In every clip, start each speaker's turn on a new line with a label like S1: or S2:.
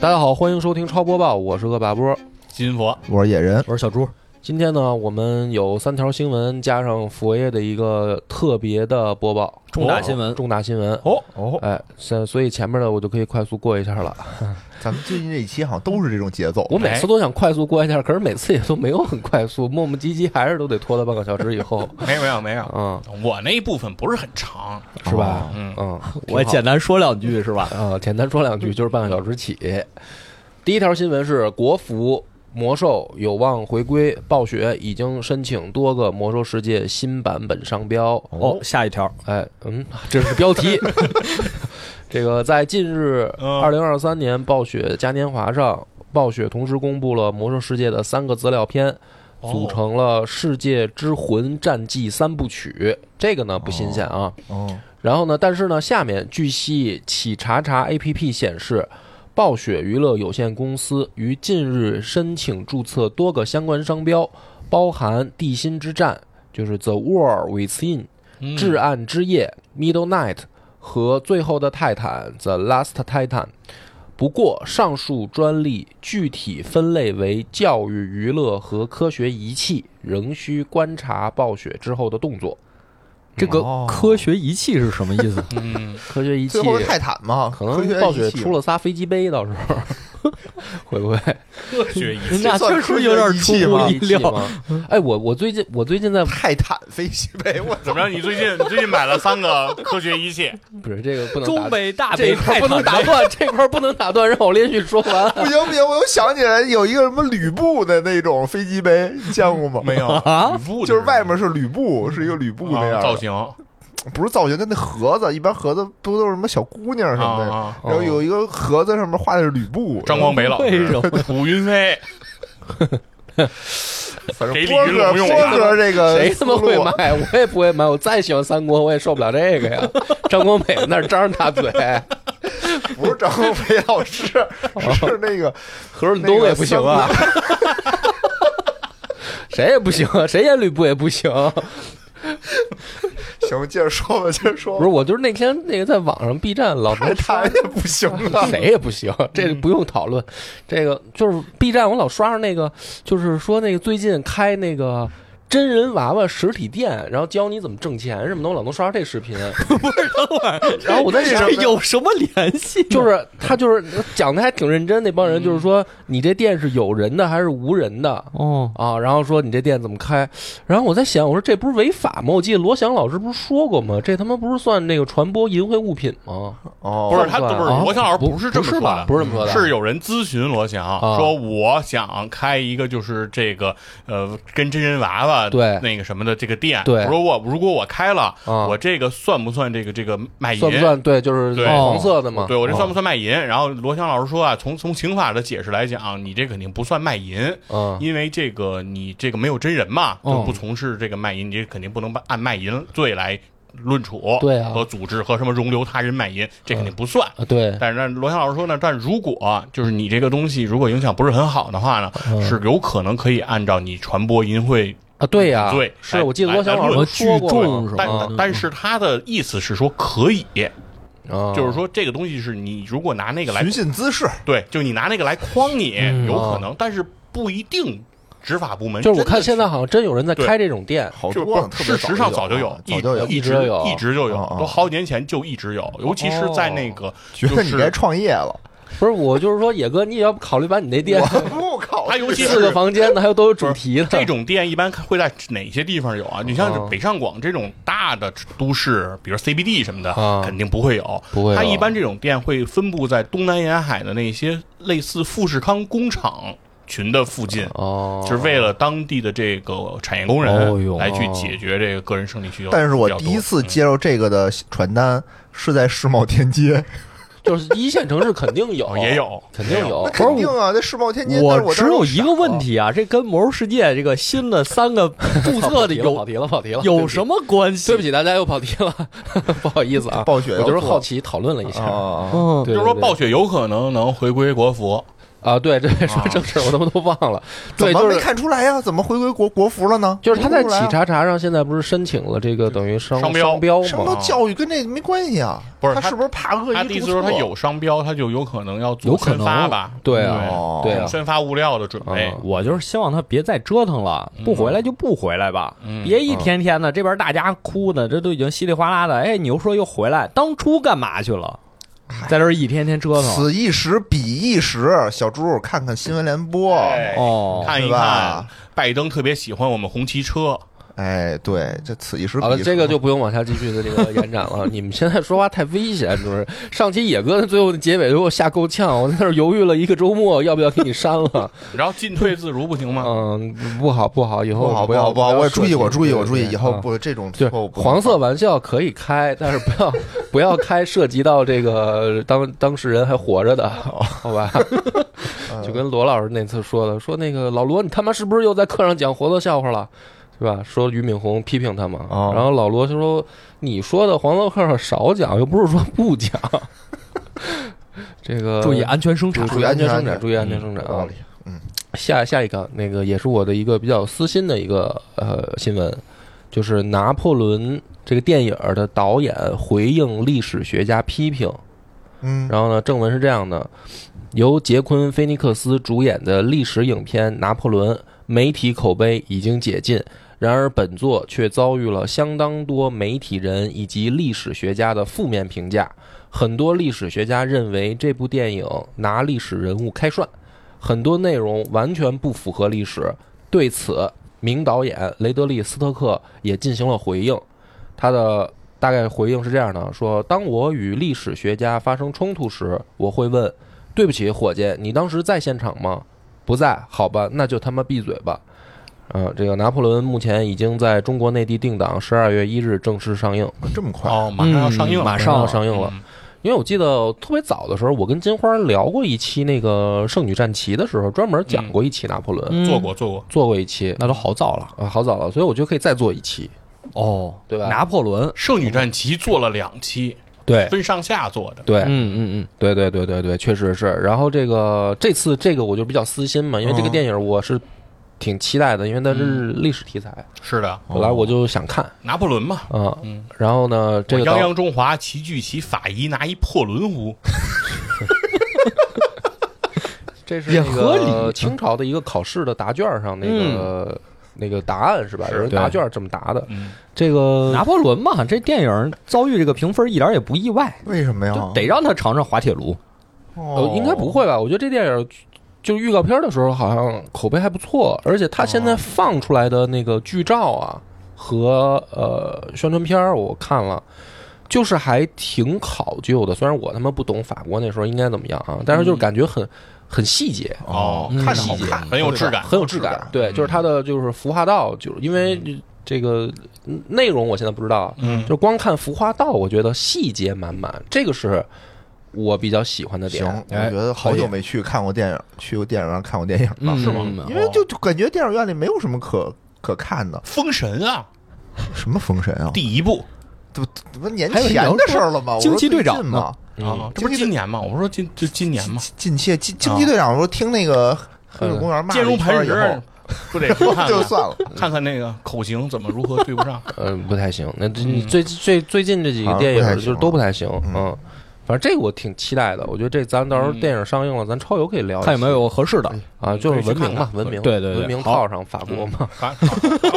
S1: 大家好，欢迎收听超播报，我是恶霸波。
S2: 金佛
S3: 我是野人，
S4: 我是小猪，
S1: 今天呢，我们有三条新闻，加上佛爷的一个特别的播报，
S2: 重大新闻
S1: 哦重大新闻。
S2: 哦，
S3: 哦，
S1: 哎，现所以前面的我就可以快速过一下了。
S2: 哎
S3: 咱们最近这一期好像都是这种节奏，
S1: 我每次都想快速过一下，可是每次也都没有很快速，磨磨唧唧，还是都得拖到半个小时以 后。
S2: 没有没有没有，
S1: 嗯，
S2: 我那一部分不是很长，
S1: 是吧？
S2: 嗯，
S1: 嗯，
S4: 我
S1: 挺好
S4: 简单说两句是吧？
S1: 呃，简单说两句，就是半个小时起。第一条新闻是国服魔兽有望回归，暴雪已经申请多个魔兽世界新版本商标。
S4: 哦，下一条，
S1: 哎，嗯，这是标 题。这个在近日，
S2: 嗯
S1: 二零二三年暴雪嘉年华上，暴雪同时公布了《魔兽世界》的三个资料片，
S2: 哦
S1: 组成了《世界之魂》战绩三部曲。这个呢不新鲜啊。
S3: 哦，
S1: 然后呢，但是呢，下面据悉，企查查 APP 显示，暴雪娱乐有限公司于近日申请注册多个相关商标，包含《地心之战》就是 The War Within、
S2: 嗯
S1: 至
S3: 啊
S1: 暗之夜 （Middle Night） 和最后的泰坦 （The Last Titan）。不过，上述专利具体分类为教育、娱乐和科学仪器，仍需观察暴雪之后的动作。
S4: 这个
S3: 哦
S4: 科学仪器是什么意 思？
S2: 嗯，
S1: 科学仪器
S3: 最后是泰坦嘛，
S1: 可
S3: 科
S1: 能
S3: 学
S1: 暴雪
S3: 仪器
S1: 出了仨飞机杯，到时候 会不会
S2: 科学仪
S4: 人
S2: 器
S4: 家确实有点出乎意料。
S1: 吗？哎，我我最近我最近在
S3: 泰坦飞机杯，我
S2: 怎么着？你最近 你最近买了三个 科学仪器，
S1: 不是这个不能
S4: 中
S1: 打断，
S4: 北大
S1: 这
S4: 北
S1: 一块
S4: 泰
S1: 儿不能
S4: 坦
S1: 打断，这块儿不能打断，让我连续说完。
S3: 不行不行，我又想起来有一个什么吕布的那种飞机杯，你见过吗？
S2: 没有，
S4: 啊
S2: 吕布的
S3: 就是外面是吕布，是一个吕布那样
S2: 啊
S3: 的
S2: 造，型
S3: 不是造型，跟那盒子一般，盒子不都是什么小姑娘什么的，
S2: 啊，
S3: 然后有一个盒子上面画的是吕布，
S2: 张光北老
S4: 为
S2: 师
S4: 什么？
S2: 武云飞，
S3: 反
S2: 给
S3: 正
S2: 李
S3: 波
S2: 云
S3: 哥
S2: 龙用
S3: 波哥这个
S4: 呃
S1: 谁他妈
S3: 思路
S1: 会买？我也不会买，我再喜欢三国，我也受不了这个呀。张光北那儿张着大嘴，
S3: 不是张光北老师，
S1: 哦
S3: 是那个
S1: 何润东也不行啊，谁也不行啊，谁演吕布也不行。
S3: 行，接着说吧，接着说
S1: 不
S3: 吧
S1: 是，。我就是那天那个在网上 B 站老
S3: 泰
S1: 能刷
S3: 坦也不行啊，
S1: 谁也不行，这
S4: 嗯
S1: 不用讨论。这个就是 B 站，我老刷上那个，就是说那个最近开那个真人娃娃实体店，然后教你怎么挣钱什么的，我老能刷上这视频。
S4: 不是，等会儿，
S1: 然后我在想
S4: 这。有什么联系？
S1: 就是
S3: 嗯
S1: 他，就是讲的还挺认真。那帮人就是说，你这店是有人的还是无人的
S4: 哦，
S1: 啊？然后说你这店怎么开？然后我在想，我说这不是违法吗？我记得罗翔老师不是说过吗？这他妈不是算那个传播淫秽物品吗？
S3: 哦，
S2: 不是他，不是
S1: 啊
S2: 罗翔老师，
S1: 不
S2: 哦不是这么说
S1: 不是吧
S2: 的，嗯
S1: 不是这么说的
S2: 是有人咨询罗翔
S1: 啊
S2: 说，我想开一个就是这个呃，跟真人娃娃
S1: 对
S2: 那个什么的这个店，
S1: 对
S2: 我说我如果我开了，
S1: 啊
S2: 我这个算不算这个这个卖淫？
S1: 算不算？对，就是
S2: 对
S1: 黄色的嘛。啊
S2: 对我这算不算卖淫？然后罗翔老师说啊，从从刑法的解释来讲，你这肯定不算卖淫，
S1: 嗯，
S2: 因为这个你这个没有真人嘛，
S4: 哦
S2: 就不从事这个卖淫，你这肯定不能按卖淫罪来论处。
S1: 对啊
S2: 和组织和什么容留他人卖淫，这肯定不算。
S1: 啊，对，
S2: 但是呢，罗翔老师说呢，但如果就是你这个东西如果影响不是很好的话呢，是有可能可以按照你传播淫秽
S1: 啊，对呀、
S2: 对
S1: 是
S2: 来
S1: 我记得罗翔
S2: 来
S1: 老
S2: 论
S1: 师说过
S4: 聚
S1: 嘛
S4: 众是吧
S2: 但、
S1: 啊
S4: 嗯
S2: 但是他的意思是说可以，
S1: 啊
S2: 就是说这个东西是你如果拿那个来
S3: 寻衅滋事，
S2: 对，就你拿那个来框你，
S1: 嗯
S2: 有可能，但是不一定执法部门
S1: 就
S2: 真
S1: 是
S2: 的。
S1: 我看现在好像真有人在开这种店，
S3: 好
S2: 就
S3: 多
S2: 是
S3: 呢
S2: 不
S3: 特别
S2: 事实上早
S3: 早
S2: 就有，
S3: 早就有
S2: 一
S1: 一直
S2: 直
S1: 有
S2: 一直就有
S3: 哦，哦
S2: 都好几年前就一直有，尤其是在那个，
S3: 觉
S2: 就
S3: 得你该
S2: 是
S3: 创业了，
S1: 不是我就是说野哥，你也要考虑把你那店
S3: 我不考
S2: 他
S3: 虑。
S2: 尤其
S1: 四个
S2: 是
S1: 房间的还有都有主题的
S2: 这种店一般会在哪些地方有啊？你像
S1: 哦
S2: 是北上广这种大的都市，比如 CBD 什么的
S1: 啊，
S2: 肯定不会有。
S1: 不会有
S2: 它一般这种店会分布在东南沿海的那些类似富士康工厂群的附近，
S1: 哦，
S2: 就是为了当地的这个产业工
S1: 哦哟
S2: 人来去解决这个个人生理需求。
S3: 但是我第一次接到这个的传单是在世贸天阶，
S1: 就是一线城市肯定有，
S2: 哦也有
S1: 肯定有
S3: 那，肯定啊，在世贸天阶。但是
S4: 我
S3: 我
S4: 只有一个问，题啊，这跟《魔兽世界》这个新的三 个注册的
S1: 跑
S4: 有
S1: 题了，跑题了，跑题了
S4: 有什？么关系？
S1: 对不起对不起，大家又跑题了， 不好意思啊。
S3: 暴雪要
S1: 我
S3: 做
S1: 就是好奇讨论了一下，
S3: 啊，
S4: 嗯，
S1: 对，
S2: 就是说
S1: 对
S2: 暴雪有可能能回归国服，
S1: 啊，对，这说
S2: 啊
S1: 正事儿我他妈都忘了。
S3: 怎
S1: 对，
S3: 么
S1: 就
S3: 没
S1: 是
S3: 看出来呀？怎么回归国国服了呢？
S1: 就是他在
S3: 回归
S1: 企
S3: 过来啊，
S1: 查查上现在不是申请了这个等于商
S2: 商标
S1: 标
S3: 什么
S1: 吗？
S3: 教育跟这没关系啊？
S2: 不是
S3: 他
S2: 他
S3: 是不是怕恶意
S2: 他的意思
S3: 注
S2: 说他
S3: 册
S2: 有商标，他就有可能要
S4: 有啊
S2: 做
S4: 可能
S2: 宣发吧？
S1: 对
S3: 哦
S1: 啊，对啊，
S2: 宣发物料的准备
S1: 嗯。
S4: 我就是希望他别再折腾了，不回来就不回来吧，
S2: 嗯
S4: 别一天天的这边大家哭呢，这都已经稀里哗啦的。哎，你又说又回来，当初干嘛去了？
S1: 哎
S4: 在这儿一天天折腾
S3: 此一时彼一时，小猪看看新闻联播，
S2: 哎
S4: 哦，
S2: 看一
S3: 是
S2: 看，
S3: 吧
S2: 拜登特别喜欢我们红旗车，
S3: 哎，对，这此一时
S1: 好
S3: 彼一
S1: 了，
S3: 时，
S1: 这个就不用往下继续的这个延展了。你们现在说话太危险，就是上期野哥的最后的结尾给我吓够呛，我在那儿犹豫了一个周末，要不要给你删了？
S2: 然后进退自如不行吗？
S1: 嗯，不好不好，以后
S3: 不好
S1: 不
S3: 好
S1: 要
S3: 不好，我也注意我
S1: 我
S3: 注意我注意，以后。
S1: 对对对啊
S3: 不这种
S1: 就是
S3: 错误不能
S1: 黄色
S3: 犯
S1: 玩笑可以开，但是不要不要开涉及到这个当当事人还活着的，好 吧？
S3: 嗯
S1: 就跟罗老师那次说的，说那个老罗，你他妈是不是又在课上讲活色笑话了？是吧？说俞敏洪批评他嘛，
S3: 哦
S1: 然后老罗就说：“你说的黄色课上少讲，又不是说不 讲。这个
S4: 注意安全生产。
S1: 注意安全生产，
S3: 注
S1: 注意安全生产
S3: 有道
S1: 啊
S3: 理！嗯，
S1: 下下一个那个也是我的一个比较私心的一个呃新闻，就是《拿破仑》这个电影儿的导演回应历史学家批评，
S3: 嗯，
S1: 然后呢，正文是这样的：由杰昆·菲尼克斯主演的历史影片《拿破仑》，媒体口碑已经解禁，然而本作却遭遇了相当多媒体人以及历史学家的负面评价。很多历史学家认为这部电影拿历史人物开涮，很多内容完全不符合历史。对此，名导演雷德利·斯特克也进行了回应，他的大概回应是这样的：说当我与历史学家发生冲突时，我会问：“对不起，伙计，你当时在现场吗？不在，好吧，那就他妈闭嘴吧。”呃，这个《拿破仑》目前已经在中国内地定档，十二月一日正式上映，
S3: 这么快，
S2: 哦，马上要上映了，
S4: 嗯马
S1: 马上要
S4: 上
S1: 上映了。因为我记得特别早的时候，我跟金花聊过一期那个《圣女战旗》的时候，专门讲过一期拿破仑，
S4: 嗯
S2: 嗯，做过做过，
S1: 做过一期，
S4: 那都好早了
S1: 啊，好早了，所以我觉得可以再做一期。
S4: 哦，
S1: 对吧
S4: 拿破仑
S2: 《，圣女战旗》做了两期，
S4: 哎
S1: 对
S2: 分上下做的。
S1: 对，
S4: 嗯嗯嗯，
S1: 对对对对对，确实是。然后这个这次这个我就比较私心嘛，因为这个
S3: 嗯
S1: 电影我是挺期待的，因为它是
S4: 嗯
S1: 历史题材，
S2: 是的，
S1: 本来我就想看
S2: 拿破仑嘛，
S1: 啊。
S4: 哦嗯
S1: 然后呢，这
S2: 我
S1: 个
S2: 泱
S1: 导
S2: 泱中华，齐聚齐法医，拿一破仑壶。
S1: 这是
S4: 也
S1: 那
S4: 合
S1: 个
S4: 理嗯
S1: 清朝的一个考试的答卷上那个那个答案是吧？
S2: 是
S1: 有人
S4: 对
S1: 答卷这么答的。
S2: 嗯，
S1: 这个
S4: 拿破仑嘛，这电影遭遇这个评分一点也不意外，
S3: 为什么呀？
S1: 哦
S4: 就得让他尝尝滑铁卢。
S1: 呃
S3: 哦，
S1: 应该不会吧？我觉得这电影。就预告片的时候，好像口碑还不错，而且他现在放出来的那个剧照啊和呃宣传片儿，我看了，就是还挺考究的。虽然我他妈不懂法国那时候应该怎么样啊，但是就是感觉很、很细节，
S2: 哦，
S4: 嗯
S2: 看着
S1: 细
S2: 好
S1: 节
S2: 看，很有质感。
S1: 很有质嗯
S3: 质感
S1: 对，就是它的就是服化道，就是因为这个嗯内容我现在不知道，啊
S2: 嗯
S1: 就光看服化道，我觉得细节满满，这个是我比较喜欢的点。啊哎
S3: 行，我觉得好久没去看过电影，去过电影院看过电影了，
S1: 哦
S4: 嗯
S2: 是吗
S4: 嗯
S3: 因为就就感觉电影院里没有什么可可看的，
S2: 封神啊，
S3: 什么封神啊，
S2: 第一部
S3: 这不这不年
S4: 还有
S3: 前
S4: 杨
S3: 的
S4: 过
S3: 事儿了吗？我
S4: 惊
S3: 说
S4: 奇
S3: 最
S4: 队长
S3: 近
S4: 呢
S3: 嘛，
S2: 啊，这不是今年吗？我说今就今年嘛，
S3: 近期惊惊
S1: 哦
S3: 奇队长，我说听那个黑水公园骂
S2: 坚
S3: 了
S2: 如
S3: 一圈
S2: 磐
S3: 儿以
S2: 石
S3: 后，，
S2: 不得看看
S3: 就算了。
S2: 看看那个口型怎么如何对不上。
S1: 嗯，不太行。那这
S2: 嗯
S1: 你最最最近这几个电影
S3: 好
S1: 儿
S3: 像不太行
S1: 就是都不太行，
S3: 嗯
S1: 嗯。反正这个我挺期待的，我觉得这咱到时候电影上映了，咱超友可以聊一期，
S4: 嗯看有没有合适的。
S1: 啊？就是文明嘛，
S2: 可以去看看
S1: 文明，
S4: 对对对
S1: 文明
S4: 好嗯
S1: 套上法国嘛，
S2: 反正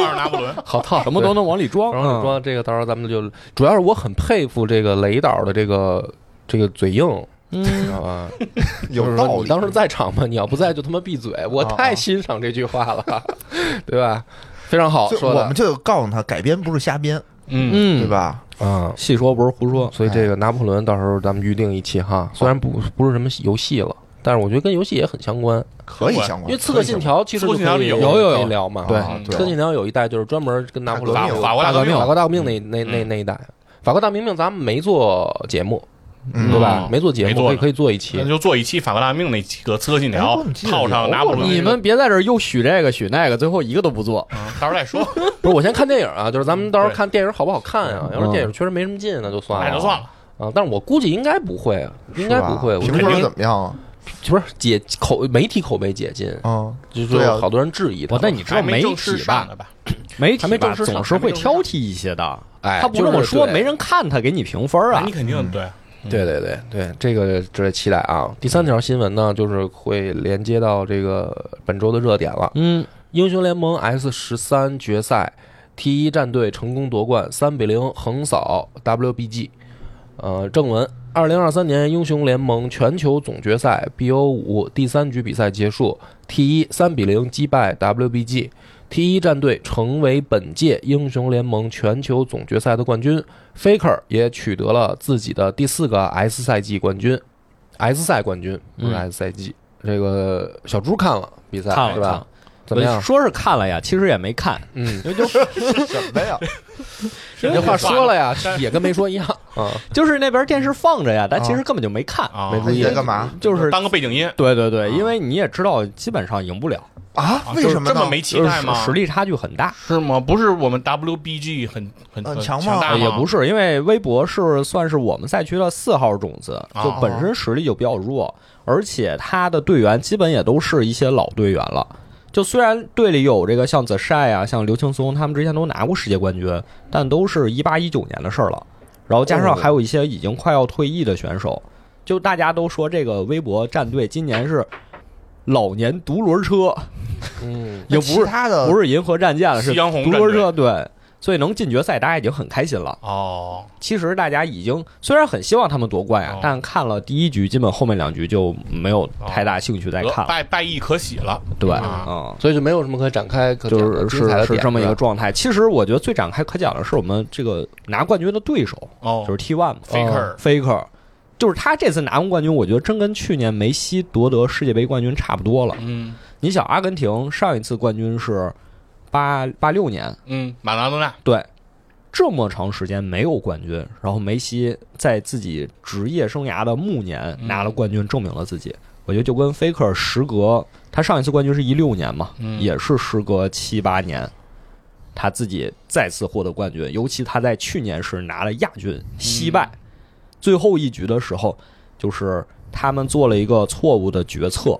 S2: 二拿破仑，
S1: 好套
S4: 什么都能往里装，嗯
S1: 然后你说这个，到时候咱们就，主要是我很佩服这个雷导的这个这个嘴硬，知
S4: 嗯，
S1: 道吧？ 就是
S3: 有
S1: 说
S3: 道
S1: 你
S3: 理。
S1: 当时在场吗？你要不在就他妈闭嘴！我
S3: 啊
S1: 太欣赏这句话了， 对吧？非常好
S3: 所以
S1: 哦说
S3: 我
S1: 的
S3: 们，就告诉他，改编不是瞎编，
S2: 嗯，
S4: 嗯
S3: 对？吧？
S1: 嗯。
S4: 细说不是胡说，
S3: 哎
S1: 所以这个拿破仑到时候咱们预定一期哈，虽然不不是什么游戏了，但是我觉得跟游戏也很相关，
S3: 可以相关，
S1: 因为《刺客信条》其实就可以
S2: 刺客信条
S1: 有
S2: 里有
S4: 有有
S1: 可以聊嘛，
S3: 对
S1: 啊
S3: 对
S1: 刺客信条有一代就是专门跟拿破仑
S3: 法
S2: 法
S1: 有
S2: 法国大革命
S1: 法国大革命那
S3: 嗯
S1: 那那那一代，法国大革命咱们没做节目
S3: 嗯
S1: 对吧
S2: 哦？
S1: 没做节
S2: 没
S1: 目
S2: 做
S1: 可以可以做一期
S2: 那，就做一期法国大革命那几个刺客信
S3: 哎
S2: 条
S3: 我怎么，记得
S2: 套
S1: 嗯
S2: 上
S3: 有
S2: 拿破仑那个，
S4: 啊哦你们别在这儿又许这个许那个，最后一个都不做。
S2: 啊到时候再 说，
S1: 不是我先看电影啊，就是咱们到时候
S2: 对
S1: 看电影好不好看啊？要是
S4: 嗯
S1: 电影确实没什么劲，那就算
S2: 那
S1: 了，
S2: 就算了。
S1: 啊。但是我估计应该不会啊，应该不会，我
S3: 是吧评
S2: 肯
S3: 分
S2: 定
S3: 怎么样啊？
S1: 不是解口媒体口碑解禁，
S3: 啊，
S1: 就是
S3: 对啊
S1: 好多人质疑他
S4: 我
S1: 们。
S4: 但你知道
S2: 还没
S4: 媒
S2: 正式
S4: 体吧
S2: 上？呢吧？
S4: 媒体
S1: 还没
S4: 吧
S1: 正式上
S4: 总是会挑剔一些的。
S1: 哎，
S4: 他不这么说，
S1: 就是对哎
S4: 没人看他给你评分
S2: 那
S4: 啊
S2: 你。肯定对，
S1: 对对对对，这个值得期待啊！第三条新闻呢，就是会连接到这个本周的热点了。
S4: 嗯，
S1: 英雄联盟 S 十三决赛，T 一战队成功夺冠，三比零横扫 WBG。呃，正文：二零二三年英雄联盟全球总决赛 BO 五第三局比赛结束，T 一三比零击败 WBG。T 一战队成为本届英雄联盟全球总决赛的冠军，Faker 也取得了自己的第四个 S 赛季冠军，S 赛冠军不是
S4: 嗯
S1: S 赛季。这个小猪看了比赛
S4: 看了
S1: 是吧？
S4: 看了
S1: 怎么样？
S4: 说是看了呀，其实也没看。
S3: 啊
S1: 嗯，
S3: 什么呀？
S1: 你这话说了呀，也跟没说一样啊。
S4: 就是那边电视放着呀，但其实根本就没看，
S2: 啊，
S1: 没注
S3: 你
S1: 意
S3: 在干嘛
S4: 就是
S2: 当个背景音
S4: 对对对，因为你也知道，基本上赢不了，
S3: 啊
S2: 啊？
S3: 为
S2: 就是
S3: 什么
S2: 这
S3: 呢
S2: 么没期待
S4: 就
S2: 吗？
S4: 是实力差距很大。
S2: 是吗？不是我们 WBG 很很
S3: 呃
S2: 很
S3: 强吗
S2: 强大
S4: 哎也不
S2: 是
S4: 是，因为微博是算是我们赛区的四号种子，
S2: 啊
S4: 就本身实力就比较弱，而且他的队员基本也都是一些老队员了。就虽然队里有这个像子晒啊、像刘青松他们之前都拿过世界冠军，但都是一八一九年的事儿了。然后加
S2: 哦
S4: 上还有一些已经快要退役的选手，就大家都说这个微博战队今年是老年独轮车，
S1: 嗯，
S4: 也
S3: 那
S4: 不是
S3: 其他的，
S4: 不是银河战舰了，是
S2: 夕阳红
S4: 独
S2: 战
S4: 轮
S2: 队
S4: 车对。所以能进决赛，大家已经很开心了。
S2: 哦，
S4: 其实大家已经虽然很希望他们夺冠呀、
S2: 哦
S4: 但看了第一局，基本后面两局就没有太大兴趣再看
S2: 呃
S4: 了。
S2: 败败役可喜了，
S4: 对，
S2: 啊
S4: 嗯，
S1: 所以就没有什么可展开可
S4: 就
S1: 讲的
S4: 是
S1: 精彩
S4: 是
S1: 的
S4: 是
S1: 点
S4: 这么一个
S1: 吧
S4: 状态。其实我觉得最展开可讲的是我们这个拿冠军的对手，
S2: 哦，
S4: 就是 T One 嘛
S2: ，Faker
S4: Faker，就是他这次拿完冠军，我觉得真跟去年梅西夺得世界杯冠军差不多了。
S2: 嗯
S4: 你想，阿根廷上一次冠军是八八六年，
S2: 嗯，马拉多纳
S4: 对，这么长时间没有冠军，然后梅西在自己职业生涯的暮年
S2: 嗯
S4: 拿了冠军，证明了自己。我觉得就跟 Faker 时隔他上一次冠军是一六年嘛，
S2: 嗯
S4: 也是时隔七八年，他自己再次获得冠军。尤其他在去年是拿了亚军，惜败、
S2: 嗯
S4: 最后一局的时候，就是他们做了一个错误的决策。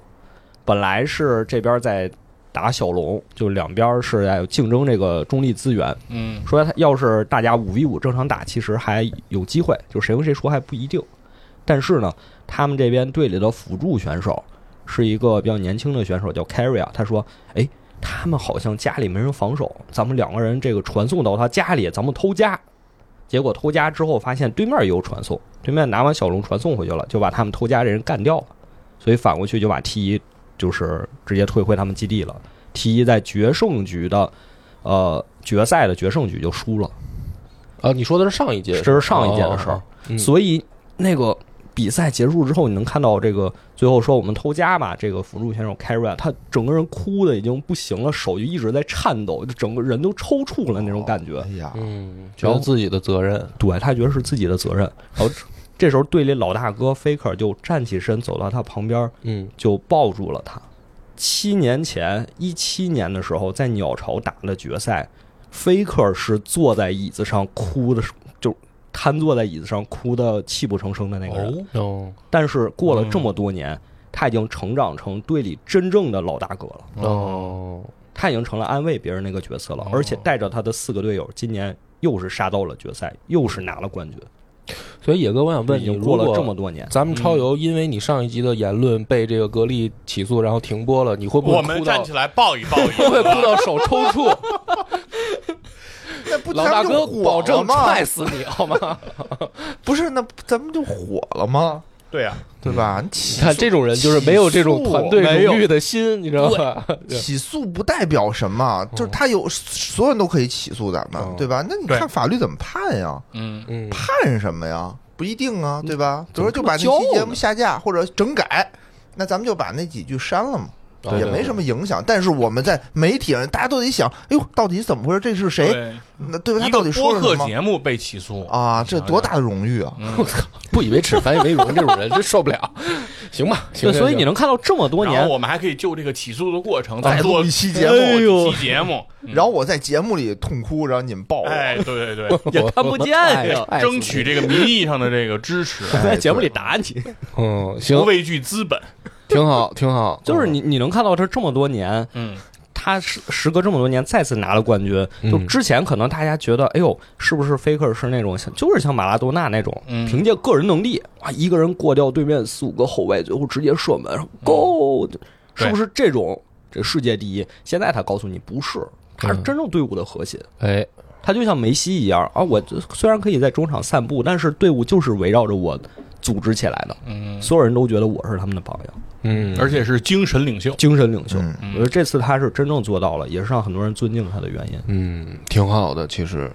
S4: 本来是这边在打小龙，就两边是在竞争这个中立资源，
S2: 嗯
S4: 说他要是大家五 v 五正常打，其实还有机会，就谁赢谁输还不一定。但是呢，他们这边队里的辅助选手是一个比较年轻的选手，叫 Carry 啊。他说：“哎，他们好像家里没人防守，咱们两个人这个传送到他家里，咱们偷家。”结果偷家之后，发现对面也有传送，对面拿完小龙传送回去了，就把他们偷家这人干掉了。所以反过去就把 T 一就是直接退回他们基地了。T 一在决胜局的呃决赛的决胜局就输了，
S1: 啊。你说的是上一届，
S4: 这是上一届的事儿
S1: 哦。嗯
S4: 所以那个比赛结束之后，你能看到这个最后说我们偷家吧，这个辅助选手 c a r r 他整个人哭的已经不行了，手就一直在颤抖，就整个人都抽搐了那种感觉
S3: 哎。呀，
S1: 嗯，觉得自己的责任，
S4: 对他觉得是自己的责任，然后这。这时候队里老大哥 Faker 就站起身走到他旁边，
S1: 嗯
S4: 就抱住了他。七年前，一七年的时候，在鸟巢打的决赛，Faker 是坐在椅子上哭的，就瘫坐在椅子上哭的泣不成声的那个人。
S2: 哦，
S1: 哦
S4: 但是过了这么多
S2: 嗯
S4: 年，他已经成长成队里真正的老大哥了，
S1: 哦，
S4: 他已经成了安慰别人那个角色了
S2: 哦，
S4: 而且带着他的四个队友，今年又是杀到了决赛，又是拿了冠军。
S1: 所以野哥，我想问
S4: 已
S1: 你，
S4: 经
S1: 如
S4: 过了这么
S1: 果
S4: 多年，
S1: 咱们超游因为你上一集的言论被这个格力起诉，然后停播了，你会不
S2: 我
S1: 会
S2: 们
S1: 哭
S2: 站
S1: 到？
S2: 起来抱一抱一，
S1: 会不会哭到手抽搐？
S3: 那不
S1: 老
S3: 咱
S1: 大
S3: 们就
S1: 哥
S3: 火
S1: 保
S3: 了
S1: 证
S3: 吗？
S1: 踹死你好吗？
S3: 不是，那咱们就火了吗？
S2: 对啊呀，
S3: 对吧？你起
S1: 你嗯看这种人就是没有这种团队
S4: 没有
S1: 荣誉的心，你知道吧？
S3: 起诉不代表什么，就是他有所有人都可以起诉咱
S1: 嗯
S3: 们，对吧？那你
S2: 对
S3: 看法律怎么判呀？
S2: 嗯，
S1: 嗯，
S3: 判什么呀？不一定啊，对吧？比如说就把那
S1: 这么骄
S3: 期
S1: 傲
S3: 节
S1: 呢
S3: 目下架或者整改，那咱们就把那几句删了嘛，
S1: 对
S3: 也没什么影响。但是我们在媒体上，大家都得想，哎呦，到底怎么回事？这是谁？
S2: 对
S3: 那对吧？他
S2: 一
S3: 到底
S2: 个
S3: 说
S2: 播
S3: 了
S2: 客
S3: 什么？
S2: 节目被起诉，嗯
S3: 啊，这多大的荣誉啊！
S1: 我靠，不以为耻，反以为荣，这种人 真受不了。行吧，行
S4: 对，
S1: 行
S4: 所以你
S1: 行
S4: 能看到这么多
S2: 然
S4: 年
S2: 后， 我们还可以就这个起诉的过程再
S3: 再录
S2: 做
S3: 一期节目，
S4: 哎呦
S2: 一期节目，嗯
S3: 然后我在节目里痛哭，然后你们抱我。
S2: 哎，对对对，
S4: 也看不见呀
S1: 哎
S2: 争取这个民意上的这个支持，
S4: 在节目里打你，
S1: 嗯，行
S2: 不，畏惧资本，
S1: 挺好，挺好。
S4: 就是你你能看到他这么多年，
S2: 嗯，
S4: 他时时隔这么多年再次拿了冠军。就
S1: 嗯
S4: 之前可能大家觉得，哎呦，是不是 Faker 是那种像就是像马拉多纳那种，
S2: 嗯
S4: 凭借个人能力啊，一个人过掉对面四五个后卫，最后直接射门，Go，是不是这种这世界第一？现在他告诉你不是，他是
S1: 嗯
S4: 真正队伍的核心。
S1: 哎，
S4: 他就像梅西一样啊！我这虽然可以在中场散步，但是队伍就是围绕着我组织起来的。
S2: 嗯，
S4: 所有人都觉得我是他们的榜样，
S1: 嗯，
S2: 而且是精神领袖。
S4: 精神领袖。
S3: 嗯
S4: 我觉得这次他是真正做到了，也是让很多人尊敬他的原因。
S1: 嗯，挺好的。其实，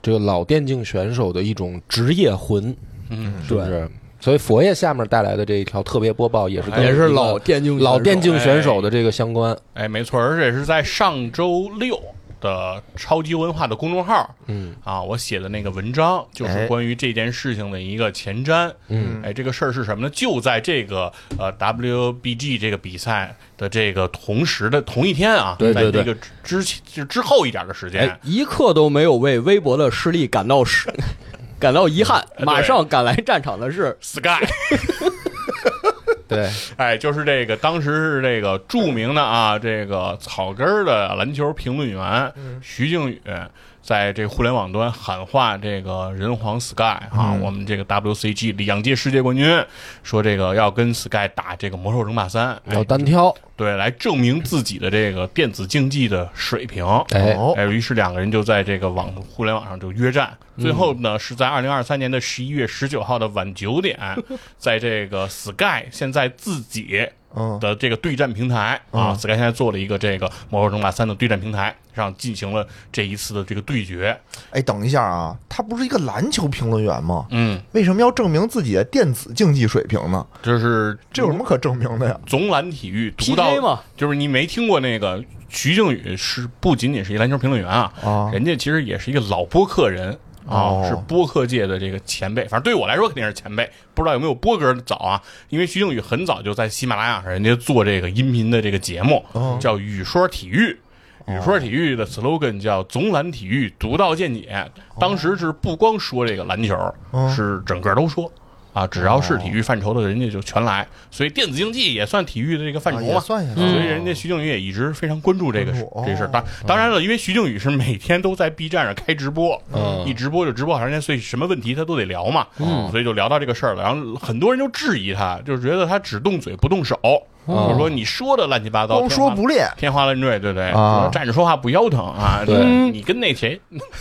S1: 这个老电竞选手的一种职业魂，
S2: 嗯，
S1: 是不是？所以佛爷下面带来的这一条特别播报也
S4: 哎
S1: 是跟
S2: 也
S1: 一个
S4: 电竞
S1: 老电竞选手的这个相关。
S2: 哎，没错，而且是在上周六的超级文化的公众号
S1: 嗯
S2: 啊，我写的那个文章就是
S3: 哎
S2: 关于这件事情的一个前瞻。
S1: 嗯
S2: 哎，这个事儿是什么呢？就在这个呃 WBG 这个比赛的这个同时的同一天啊，
S4: 对对
S2: 在这
S4: 对
S2: 个之之之后一点的时间
S4: 哎，，一刻都没有为微博的失利感到失 感到遗憾。
S2: 呃对
S4: 马上赶来战场的是
S2: Sky，
S1: 对，
S2: 哎，就是这个，当时是这个著名的啊，这个草根儿的篮球评论员徐靖宇，在这互联网端喊话这个人皇 Sky 啊，我们这个 WCG 两届世界冠军，说这个要跟 Sky 打这个魔兽争霸三，
S1: 要
S2: 哎，
S1: 单挑。
S2: 对，来证明自己的这个电子竞技的水平。
S1: 哎，
S3: 哦
S2: 哎，于是两个人就在这个网互联网上就约战，最后呢是在二零二三年的十一月十九号的晚九 点，在这个 Sky 现在自己
S3: 嗯
S2: 的这个对战平台啊，Sky 现在做了一个这个《魔兽争霸三》的对战平台上进行了这一次的这个对决。
S3: 哎，等一下啊，他不是一个篮球评论员吗？
S2: 嗯，
S3: 为什么要证明自己的电子竞技水平呢？
S2: 这是
S3: 这有什么可证明的呀？
S2: 总揽体育独
S4: PK
S2: 到
S4: 嘛，
S2: 就是你没听过那个徐靖宇是不仅仅是一篮球评论员啊，
S3: 啊
S2: 人家其实也是一个老播客人啊
S3: 哦，
S2: 是播客界的这个前辈。反正对我来说肯定是前辈，不知道有没有波哥早啊？因为徐靖宇很早就在喜马拉雅上人家做这个音频的这个节目，
S3: 哦
S2: 叫《语说体育》。语说体育的 slogan 叫“总揽体育，独到见解”。
S3: 哦
S2: 当时是不光说这个篮球，是整个都说啊，只要是体育范畴的，人家就全来。所以电子竞技也算体育的这个范畴嘛
S3: 啊也，算也
S2: 所以
S1: 嗯
S3: 算。
S2: 人家徐靖宇也一直非常关注这个事
S3: 关注哦
S2: 这事儿。当当然了，因为徐靖宇是每天都在 B 站上开直播，
S1: 嗯
S2: 一直播就直播好长时间，所以什么问题他都得聊嘛，所以就聊到这个事儿了。然后很多人就质疑他，就是觉得他只动嘴不动手，
S1: 嗯
S2: 就是说你说的乱七八糟，
S3: 光
S2: 天
S3: 说
S2: 花
S3: 不练，
S2: 天花乱坠，对不对？
S3: 啊
S2: 站着说话不腰疼啊！
S1: 对
S2: 你你跟那谁，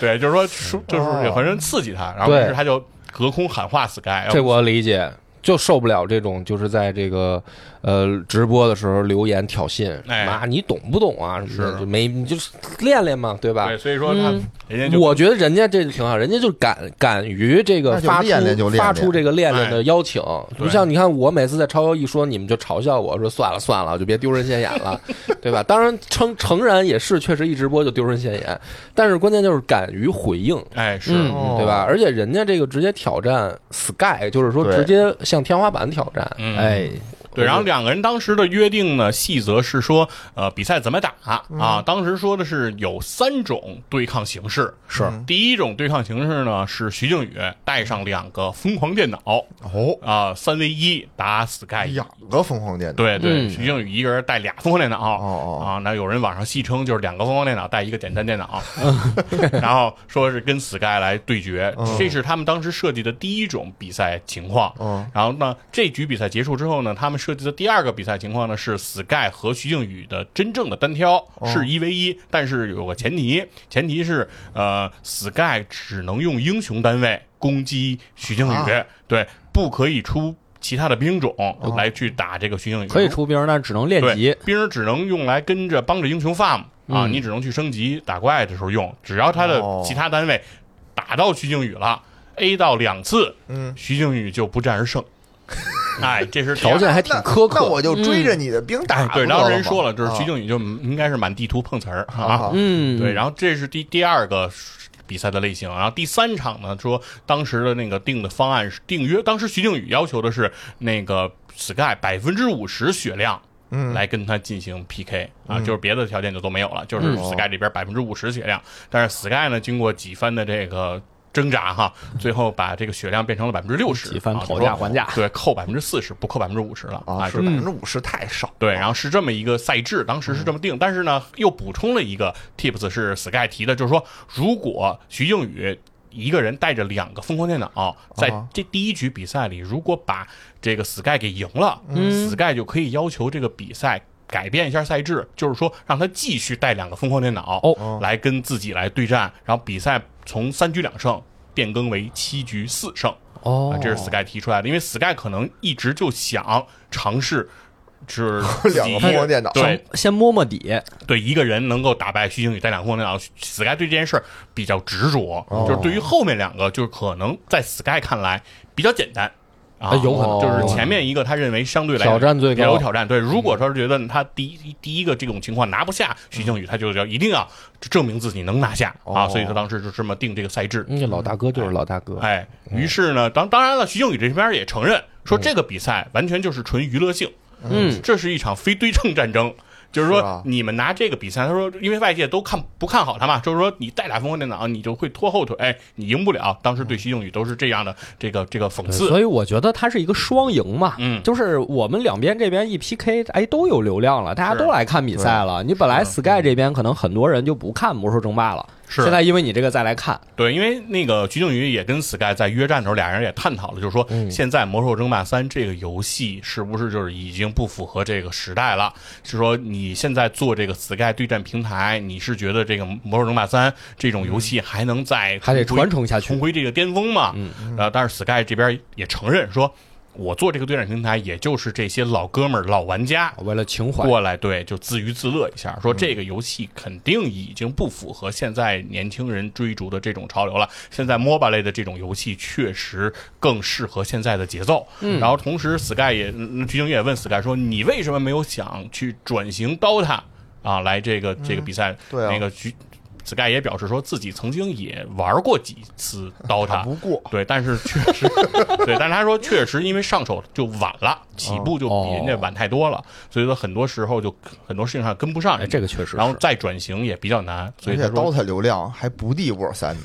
S2: 对，就是说说就是反正刺激他，然后于
S1: 对
S2: 是他就隔空喊话 Sky，
S1: 这我理解，就受不了这种就是在这个呃直播的时候留言挑衅，
S2: 哎
S1: 妈你懂不懂啊什么
S2: 是
S1: 的，就没你就是练练嘛，对吧？
S2: 哎对，所以说他人家就
S1: 嗯我觉得人家这个挺好，人家就敢敢于这个
S3: 那就
S1: 发出
S3: 练练就练练
S1: 发出这个练练的邀请，
S2: 对
S1: 不像你看我每次在超游一说，你们就嘲笑我说算了算了，就别丢人现眼 了，对吧？当然诚诚然也是，确实一直播就丢人现眼，但是关键就是敢于回应，
S2: 哎是。
S1: 嗯
S3: 哦
S1: 对吧？而且人家这个直接挑战 Sky，就是说
S3: 对
S1: 直接向天花板挑战，
S2: 嗯
S4: 哎，
S2: 对，然后两个人当时的约定呢，细则是说，呃，比赛怎么打
S3: 嗯
S2: 啊？当时说的是有三种对抗形式，是第一种对抗形式呢是徐靖宇带上两个疯狂电脑
S3: 哦，哎
S2: 啊，三 v 一打 Sky
S3: 两个疯狂电脑，
S2: 哎对对，
S1: 嗯
S2: 徐靖宇一个人带俩疯狂电脑
S3: 哦哦
S2: 啊，那有人网上戏称就是两个疯狂电脑带一个简单电 脑，然后说是跟 Sky 来对决，这是他们当时设计的第一种比赛情况。
S3: 嗯
S2: 然后呢，这局比赛结束之后呢，他们设计的第二个比赛情况呢是 Sky 和徐靖宇的真正的单挑
S4: 哦
S2: 是一 v 一，但是有个前提，前提是呃 Sky 只能用英雄单位攻击徐靖宇，
S3: 啊
S2: 对，不可以出。其他的兵种来去打这个徐靖宇，
S4: 可以出兵，但只能练
S2: 对
S4: 级。，
S2: 兵儿只能用来跟着帮着英雄 farm
S4: 嗯
S2: 啊，你只能去升级打怪的时候用。只要他的
S3: 哦
S2: 其他单位打到徐靖宇了，A 到两次，
S3: 嗯，
S2: 徐靖宇就不战而胜。 哎，这是第
S1: 条
S2: 二
S1: 件还挺苛
S3: 那
S1: 刻。
S3: 我就追着你的兵打。
S2: 哎对，然
S3: 不就
S2: 后
S3: 完
S2: 人
S3: 吗
S2: 说了，就是徐
S3: 啊
S2: 靖宇就应该是满地图碰瓷儿
S3: 啊
S2: 啊。
S3: 好
S4: 嗯，
S2: 对，然后这是第第二个比赛的类型，然后第三场呢，说当时的那个定的方案是定约，当时徐靖宇要求的是那个 Sky 百分之五十血量。
S3: 嗯
S2: 来跟他进行 PK 啊，就是别的条件就都没有了，就是 Sky 这边百分之五十血量，但是 Sky 呢，经过几番的这个挣扎哈，最后把这个血量变成了百分之六十，
S4: 几番
S2: 啊就
S4: 讨价
S2: 说
S4: 还价，
S2: 对，扣百分之四十，不扣百分之五十了
S3: 啊，是
S2: 就
S3: 百分之五十太少。
S2: 对，然后是这么一个赛制，当时是这么
S3: 嗯
S2: 定，但是呢，又补充了一个 tips，是 Sky 提的，就是说，如果徐静宇一个人带着两个疯狂电
S3: 啊
S2: 脑，在这第一局比赛里，如果把这个 Sky 给赢了、s
S3: 嗯
S2: k y 就可以要求这个比赛。改变一下赛制，就是说让他继续带两个疯狂电脑
S3: 哦
S2: 来跟自己来对战，然后比赛从三局两胜变更为七局四胜。
S1: 哦
S2: 啊，这是 Sky 提出来的，因为 Sky 可能一直就想尝试，是
S3: 两个疯狂电脑
S2: 对
S4: 先摸摸底，
S2: 对，一个人能够打败徐静宇带两个疯狂电脑，Sky 对这件事儿比较执着，
S3: 哦
S2: 就是对于后面两个，就是可能在 Sky 看来比较简单。啊，
S1: 哎有可能
S2: 就是前面一个他认为相对来
S1: 挑战最
S2: 比较有
S1: 高嗯
S2: 挑战。对，如果说是觉得他第一第一个这种情况拿不下徐静宇，他就要一定要证明自己能拿下啊，
S3: 哦
S2: 所以他当时就这么定这个赛制。
S1: 那嗯老大哥就是老大哥，
S2: 哎，于是呢，当当然了，徐静宇这边也承认说，这个比赛完全就是纯娱乐性，
S1: 嗯，
S2: 这是一场非对称战争。就是说，
S3: 是吧
S2: 你们拿这个比赛，他说，因为外界都看不看好他嘛，就是说，你再打疯狂电脑，你就会拖后腿，哎，你赢不了。当时对徐静宇都是这样的这个这个讽刺，
S4: 所以我觉得它是一个双赢嘛，
S2: 嗯
S4: 就是我们两边这边一 PK，哎，都有流量了，大家
S2: 是嗯
S4: 都来看比赛了。你本来 Sky 这边可能很多人就不看《魔兽争霸》了，
S2: 是
S4: 现在因为你这个再来看，
S2: 对，因为那个徐静宇也跟 Sky 在约战的时候，俩人也探讨了，就是说
S4: 嗯
S2: 现在《魔兽争霸三》这个游戏是不是就是已经不符合这个时代了？是说你现在做这个 Sky 对战平台，你是觉得这个《魔兽争霸三》这种游戏还能再
S4: 嗯还得
S2: 重回
S4: 传承下去
S2: 重回这个巅峰嘛？嗯，呃，但是 Sky 这边也承认说，我做这个对战平台，也就是这些老哥们儿、老玩家，
S4: 为了情怀，
S2: 过来，对，就自娱自乐一下，
S3: 嗯
S2: 说这个游戏肯定已经不符合现在年轻人追逐的这种潮流了。现在 MOBA 类的这种游戏确实更适合现在的节奏。
S3: 嗯
S2: 然后同时，Sky 也，嗯徐静也问 Sky 说：“你为什么没有想去转型 DOTA 啊？来这个这个比赛，
S3: 对啊
S2: 那个徐 Sky 也表示说自己曾经也玩过几次 DOTA，
S3: 啊不过
S2: 对，但是确 实，对，但是他说确实因为上手就晚了，起
S4: 哦
S2: 步就比人家晚太多了，所以说很多时候就很多事情上跟不上
S4: 哎，
S2: 人家。
S4: 这个确实是。
S2: 然后再转型也比较难，所
S3: 而
S2: 以
S3: 且
S2: 他说
S3: DOTA 流量还不敌 War 三，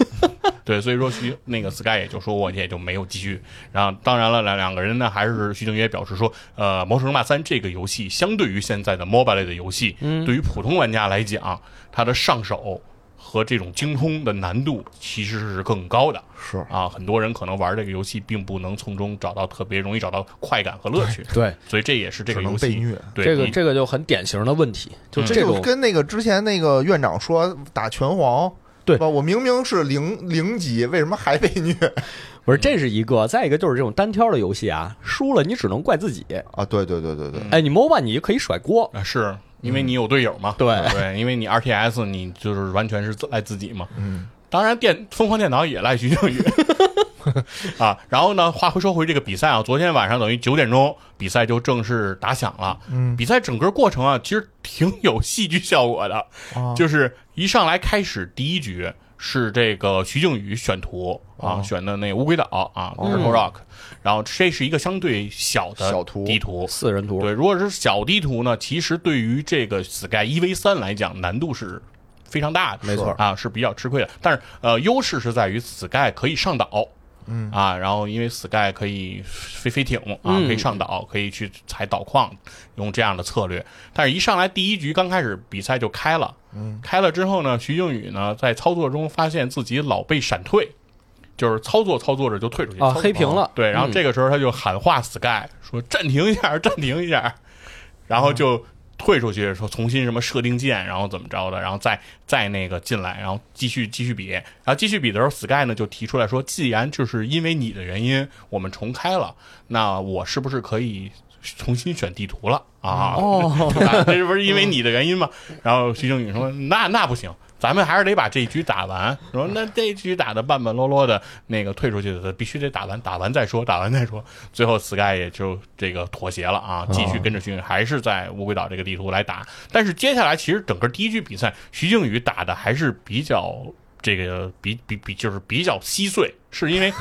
S2: 对，所以说徐那个 Sky 也就说我也就没有继续。然后当然了，两两个人呢还是徐静也表示说，呃，《魔兽争霸三》这个游戏相对于现在的 MOBA 类的游戏，
S4: 嗯
S2: 对于普通玩家来讲，它的上手和这种精通的难度其实是更高的。
S3: 是
S2: 啊，很多人可能玩这个游戏并不能从中找到特别容易找到快感和乐趣，
S4: 对，
S2: 所以这也是这个
S3: 只
S2: 游
S3: 能
S2: 戏
S3: 被虐。
S2: 对嗯
S4: 这个
S2: 一
S4: 这个就很典型的问题，就
S3: 这
S4: 种
S3: 就跟那个之前那个院长说打拳皇，
S4: 对
S3: 吧？我明明是零零级，为什么还被 虐
S4: 不是这是一个，再一个就是这种单挑的游戏啊，输了你只能怪自己。
S2: 嗯
S3: 啊？对对对对对，
S4: 哎，你 MOBA 你可以甩锅，
S2: 啊，是因
S3: 嗯
S2: 为你有队友嘛？
S4: 对
S2: 对，因为你 RTS 你就是完全是自赖自己嘛。
S3: 嗯，
S2: 当然电疯狂电脑也赖徐静宇 啊。然后呢，话说回这个比赛啊，昨天晚上等于九点钟比赛就正式打响了。
S3: 嗯
S2: 比赛整个过程啊，其实挺有戏剧效果的，
S3: 啊
S2: 就是一上来开始第一局。是这个徐静宇选图啊，选的那个乌龟岛啊 p u r p l Rock，然后这是一个相对小的
S3: 小图
S2: 地图，
S4: 四人图
S2: 对，如果是小地图呢，其实对于这个 Sky 一 v 三来讲，难度是非常大的，
S4: 没错
S2: 啊，是比较吃亏的。但是呃，优势是在于 Sky 可以上岛。
S3: 嗯
S2: 啊，然后因为 Sky 可以飞飞艇啊，
S4: 嗯
S2: 可以上岛，可以去采岛矿，用这样的策略。但是，一上来第一局刚开始比赛就开了，
S3: 嗯
S2: 开了之后呢，徐静宇呢在操作中发现自己老被闪退，就是操作操作着就退出去，
S4: 啊，
S2: 操作
S4: 黑屏了。
S2: 对，然后
S4: 嗯
S2: 这个时候他就喊话 Sky 说暂停一下，暂停一下，然
S4: 嗯
S2: 后就退出去说重新什么设定键，然后怎么着的，然后再再那个进来，然后继续继续比，然后继续比的时候，Sky 呢就提出来说，既然就是因为你的原因，我们重开了，那我是不是可以？重新选地图了啊！
S4: 哦
S2: 对吧这是不是因为你的原因吗？然后徐静宇说：“那那不行，咱们还是得把这一局打完。”说：“那这一局打的半半落落的，那个退出去的必须得打完，打完再说，打完再说。”最后 Sky 也就这个妥协了啊，继续跟着徐静宇，还是在乌龟岛这个地图来打。但是接下来其实整个第一局比赛，徐静宇打的 还是比较。这个比比比就是比较稀碎，是因为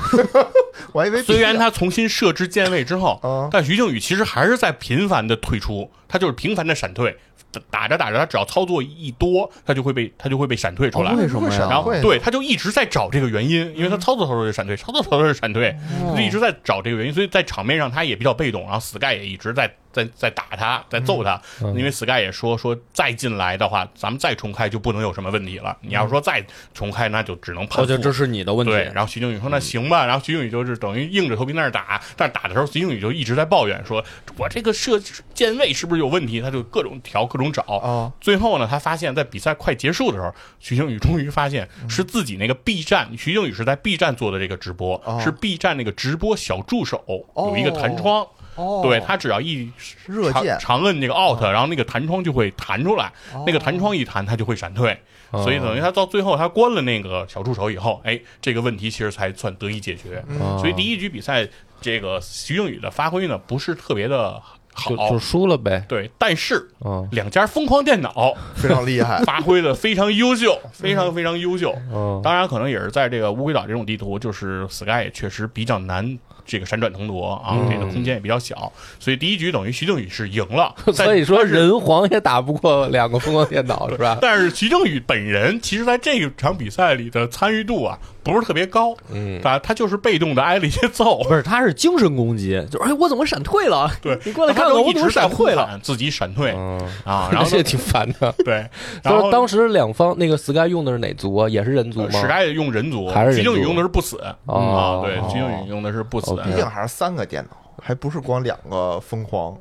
S3: 我还以为
S2: 虽然他重新设置键位之后，
S3: 啊
S2: 但徐静宇其实还是在频繁的退出，他就是频繁的闪退，打打着打着，他只要操作一多，他就会被他就会被闪退出来。
S4: 为什么呀
S3: 闪
S2: 然后
S3: 会
S2: 对，他就一直在找这个原因，因为他
S4: 嗯
S2: 操作操作就闪退，操作操作就闪退，
S4: 哦
S2: 就一直在找这个原因，所以在场面上他也比较被动，然后 Sky 也一直在在在打他，在揍他，
S4: 嗯
S2: 因为 Sky 也说说再进来的话，咱们再重开就不能有什么问题了，你要说再重开那就只能
S4: 我
S2: 判
S4: 觉嗯哦得
S2: 负。
S4: 这是你的问题。嗯
S2: 对，然后徐靖宇说：“那行吧。”然后徐靖宇就是等于硬着头皮在那儿打，但是打的时候，徐靖宇就一直在抱怨说：“我这个设置键位是不是有问题？”他就各种调，各种找。
S3: 啊
S2: 最后呢，他发现，在比赛快结束的时候，徐静宇终于发现是自己那个 B 站，徐静宇是在 B 站做的这个直播，
S3: 哦
S2: 是 B 站那个直播小助手、
S3: 哦
S2: 有一个弹窗，
S3: 哦
S2: 对他只要一
S3: 热哦
S2: 长
S3: 键
S2: 长摁那个 Alt，、然后那个弹窗就会弹出来，
S3: 哦
S2: 那个弹窗一弹，他就会闪退。所以等于他到最后，他关了那个小助手以后，哎，这个问题其实才算得以解决。
S4: 嗯
S3: 哦
S1: 啊
S2: 所以第一局比赛，这个徐静宇的发挥呢，不是特别的好
S4: 嗯
S1: 就。就输了呗，
S2: 对，但是
S1: 嗯
S2: 两家疯狂电脑，
S3: 非常厉 害
S2: 发挥的非常优秀，非常非常优秀。
S1: 嗯，。
S2: 当然，可能也是在这个乌龟岛这种地图，就是 Sky 也确实比较难，这个闪转腾挪啊，这个空间也比较小，所以第一局等于徐靖宇是赢了 但
S1: 所以说人皇也打不过两个疯狂电脑是吧？
S2: 但是徐靖宇本人其实在这一场比赛里的参与度啊，不是特别高，
S1: 嗯，
S2: 啊，他就是被动的挨了一些 揍，
S4: 不是，他是精神攻击，就是哎，我怎么闪退了？
S2: 对
S4: 你过来
S2: 他
S4: 看看
S2: 就
S4: 我
S2: 一
S4: 怎么
S2: 直在
S4: 闪
S2: 呼
S4: 退了。
S2: 喊自己闪退
S1: 嗯，
S2: 啊， 然后
S1: 这
S2: 呢
S1: 挺烦的。
S2: 对，然
S1: 就是
S2: 后呃
S1: 当时两方那个 Sky 用的是哪族啊？也是人族吗？
S2: 史盖用人族
S1: 还，是
S2: 徐
S1: 人族
S2: 靖宇用的是不死
S1: 哦
S2: 啊，对，徐靖宇用的是不死
S1: 哦，
S3: 毕竟还是三个电脑，还不是光两个疯狂，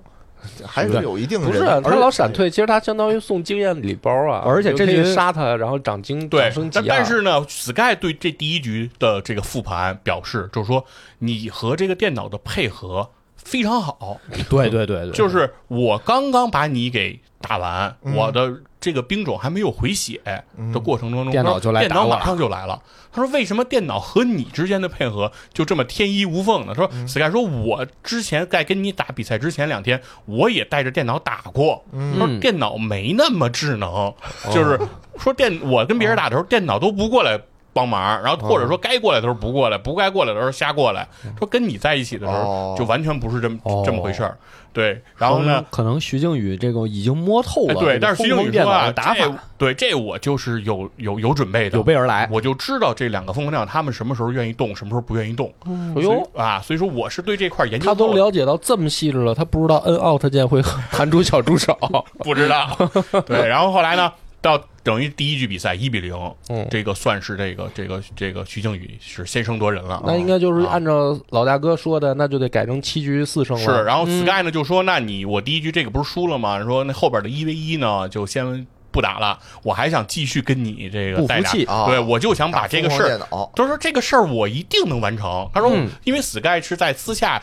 S3: 还是有一定
S1: 不是啊
S3: 人
S1: 他老闪退，其实他相当于送经验礼包啊，
S4: 而且这
S1: 你就可
S4: 局
S1: 以杀他，然后长经
S2: 对
S1: 长升，级、啊
S2: 但但是呢，Sky 对这第一局的这个复盘表示，就是说你和这个电脑的配合非常好，
S4: 对对对对，
S2: 就是我刚刚把你给打完，我的这个兵种还没有回血
S3: 嗯
S2: 的过程当中，
S4: 嗯电脑就来
S2: 电
S4: 打
S2: 脑
S4: 我了
S2: 马上就来了。他说：“为什么电脑和你之间的配合就这么天衣无缝呢？”他说：“Sky
S4: 嗯
S2: 说，我之前在跟你打比赛之前两天，我也带着电脑打过。
S4: 嗯
S2: 他说电脑没那么智
S4: 哦
S2: 能，就是说电我跟别人打的时候，电脑都不过来。”帮忙，然后或
S4: 哦
S2: 者说该过来的时候不过来，不该过来的时候瞎过来。
S4: 嗯
S2: 说跟你在一起的时
S3: 哦
S2: 候，就完全不是这么
S1: 哦
S2: 这么回事儿。对，然后呢，
S4: 可能徐静宇这个已经摸透
S2: 哎，
S4: 了，
S2: 对，但是徐靖宇
S4: 电
S2: 说
S4: 脑
S2: 啊，
S4: 的打
S2: 这
S4: 法
S2: 对这我就是有有有准备的，
S4: 有备而来。
S2: 我就知道这两个风狂鸟他们什么时候愿意动，什么时候不愿意动。
S1: 哎
S2: 所
S1: 呦，
S2: 以啊，所以说我是对这块研究
S1: 他都
S2: 透了
S1: 了解到这么细致了，他不知道 N out 键
S2: 哦
S1: 会弹出小助手。
S2: 不知道。 对，然后后来呢，到等于第一局比赛一比零、
S1: 嗯
S2: 这个算是这个这个这个徐靖宇是先声夺人了。
S1: 那应该就是
S2: 啊
S1: 按照老大哥说的，那就得改成七局四胜了。
S2: 是，然后 Sky 呢就说：“那你我第一局这个不是输了吗？说那后边的一 v 一呢就先不打了，我还想继续跟你这个
S4: 不服
S2: 再打
S4: 气
S3: 啊
S2: 对，我就想把这个事
S3: 打
S2: 儿
S3: 疯狂电脑
S2: 他说这个事儿我一定能完成。他说
S1: 嗯，
S2: 因为 Sky 是在私下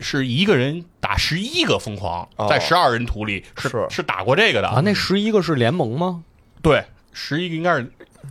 S2: 是一个人打十一个疯狂
S3: 哦，
S2: 在十二人图里是
S3: 是
S2: 是打过这个
S4: 啊，
S2: 的。
S4: 那十一个是联盟吗？
S2: 对，十一个应该是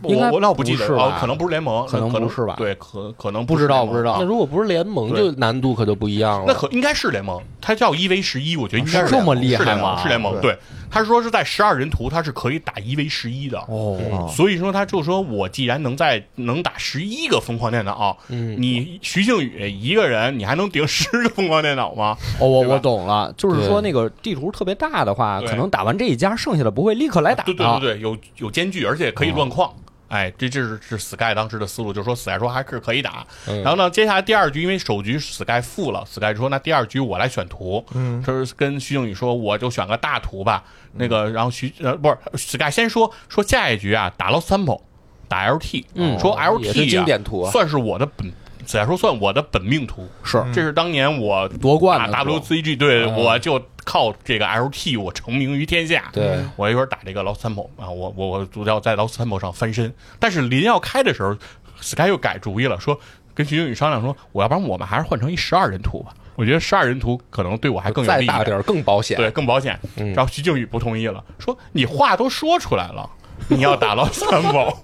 S4: 应该
S2: 我我那我不记
S4: 不
S2: 得
S4: 是吧
S2: 哦，可能不是联盟，
S4: 可能
S2: 能可
S4: 不是吧
S2: 对，可可能
S4: 不知道
S2: 是联盟
S4: 不知道
S1: 那如果不是联盟，
S2: 对
S1: 就难度可就不一样
S2: 那
S1: 了。
S2: 可应该是联盟，他叫一 v 十一，我觉得应该是
S4: 是这么
S2: 联盟
S4: 厉害
S2: 是联
S4: 吗
S2: 盟，是联盟。
S3: 对
S2: 对，他说是在十二人图，他是可以打一 v 十一的。
S4: 哦，
S2: 所以说，他就说我既然能在能打十一个疯狂电脑，你徐靖宇一个人，你还能顶十个疯狂电脑吗？
S4: 哦，我
S2: 对吧
S4: 我懂了，就是说
S1: 对
S4: 那个地图特别大的话，
S2: 对啊
S4: 可能打完这一家，剩下的不会立刻来打。啊
S2: 对对
S1: 啊
S2: 对对，有有间距，而且可以
S1: 哦
S2: 乱框。哎，这这是是 Sky 当时的思路，就是说 Sky 说还是可以打。
S1: 嗯
S2: 然后呢，接下来第二局，因为首局 Sky 负了，Sky 说那第二局我来选图，嗯，就是跟徐靖宇说我就选个大图吧。那个，然后徐呃不是 Sky 先说说下一局啊打了 sample，打 LT，嗯说
S1: 哦
S2: LT
S1: 也
S2: 啊
S1: 是经典图啊
S2: 算是我的本。Sky 说算我的本命图，
S4: 是
S2: 这是当年我
S4: 嗯夺冠的时
S2: 打
S4: 候嗯
S2: WCG，对我就靠这个 LT 我成名于天下。
S1: 对
S2: 我一会儿打这个老三 e 啊，我我我主要在老三 e 上翻身，但是临要开的时候，Sky 又改主意了，说跟徐靖宇商量说，我要不然我们还是换成一十二人图吧，我觉得十二人图可能对我还更有
S1: 再
S2: 利一
S1: 大
S2: 点，
S1: 点儿更保险。
S2: 对，更保险。然后徐靖宇不同意了，说你话都说出来了。 你要打老三 e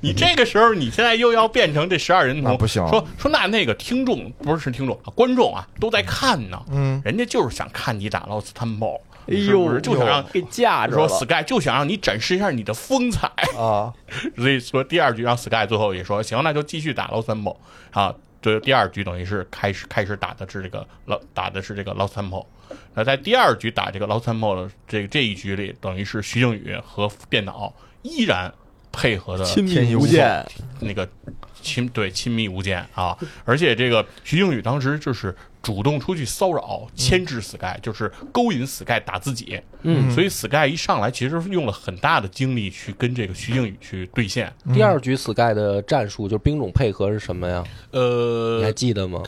S2: 你这个时候你现在又要变成这十二人
S3: 那
S2: 图，
S3: 不行
S2: 说说那那个听众不是听众啊，观众啊都在看呢，嗯，人家就是想看你打老三 e
S4: 哎
S2: 是不
S4: 呦，
S2: 是就想让
S4: 给架着
S2: 说
S4: 了。
S2: Sky 就想让你展示一下你的风采，
S3: 啊，
S2: 所以说第二局让 Sky 最后也说行，那就继续打喽三宝啊。这第二局等于是开始开始打的是这个老打的是这个 Lost Temple，那在第二局打这个 Lost Temple 的这这一局里，等于是徐静宇和电脑依然配合的
S5: 亲
S3: 天
S5: 密
S3: 衣
S5: 无
S3: 无
S5: 间，
S2: 那个亲对亲密无间啊，而且这个徐静宇当时就是主动出去骚
S5: 嗯
S2: 扰、牵制 Sky，、就是勾引 Sky 打自己。嗯，所以 Sky 一上来其实用了很大的精力去跟这个徐静宇去对线。
S1: 第二局 Sky 的战术就是兵种配合是什么呀？你还
S2: 呃，
S1: 记得吗？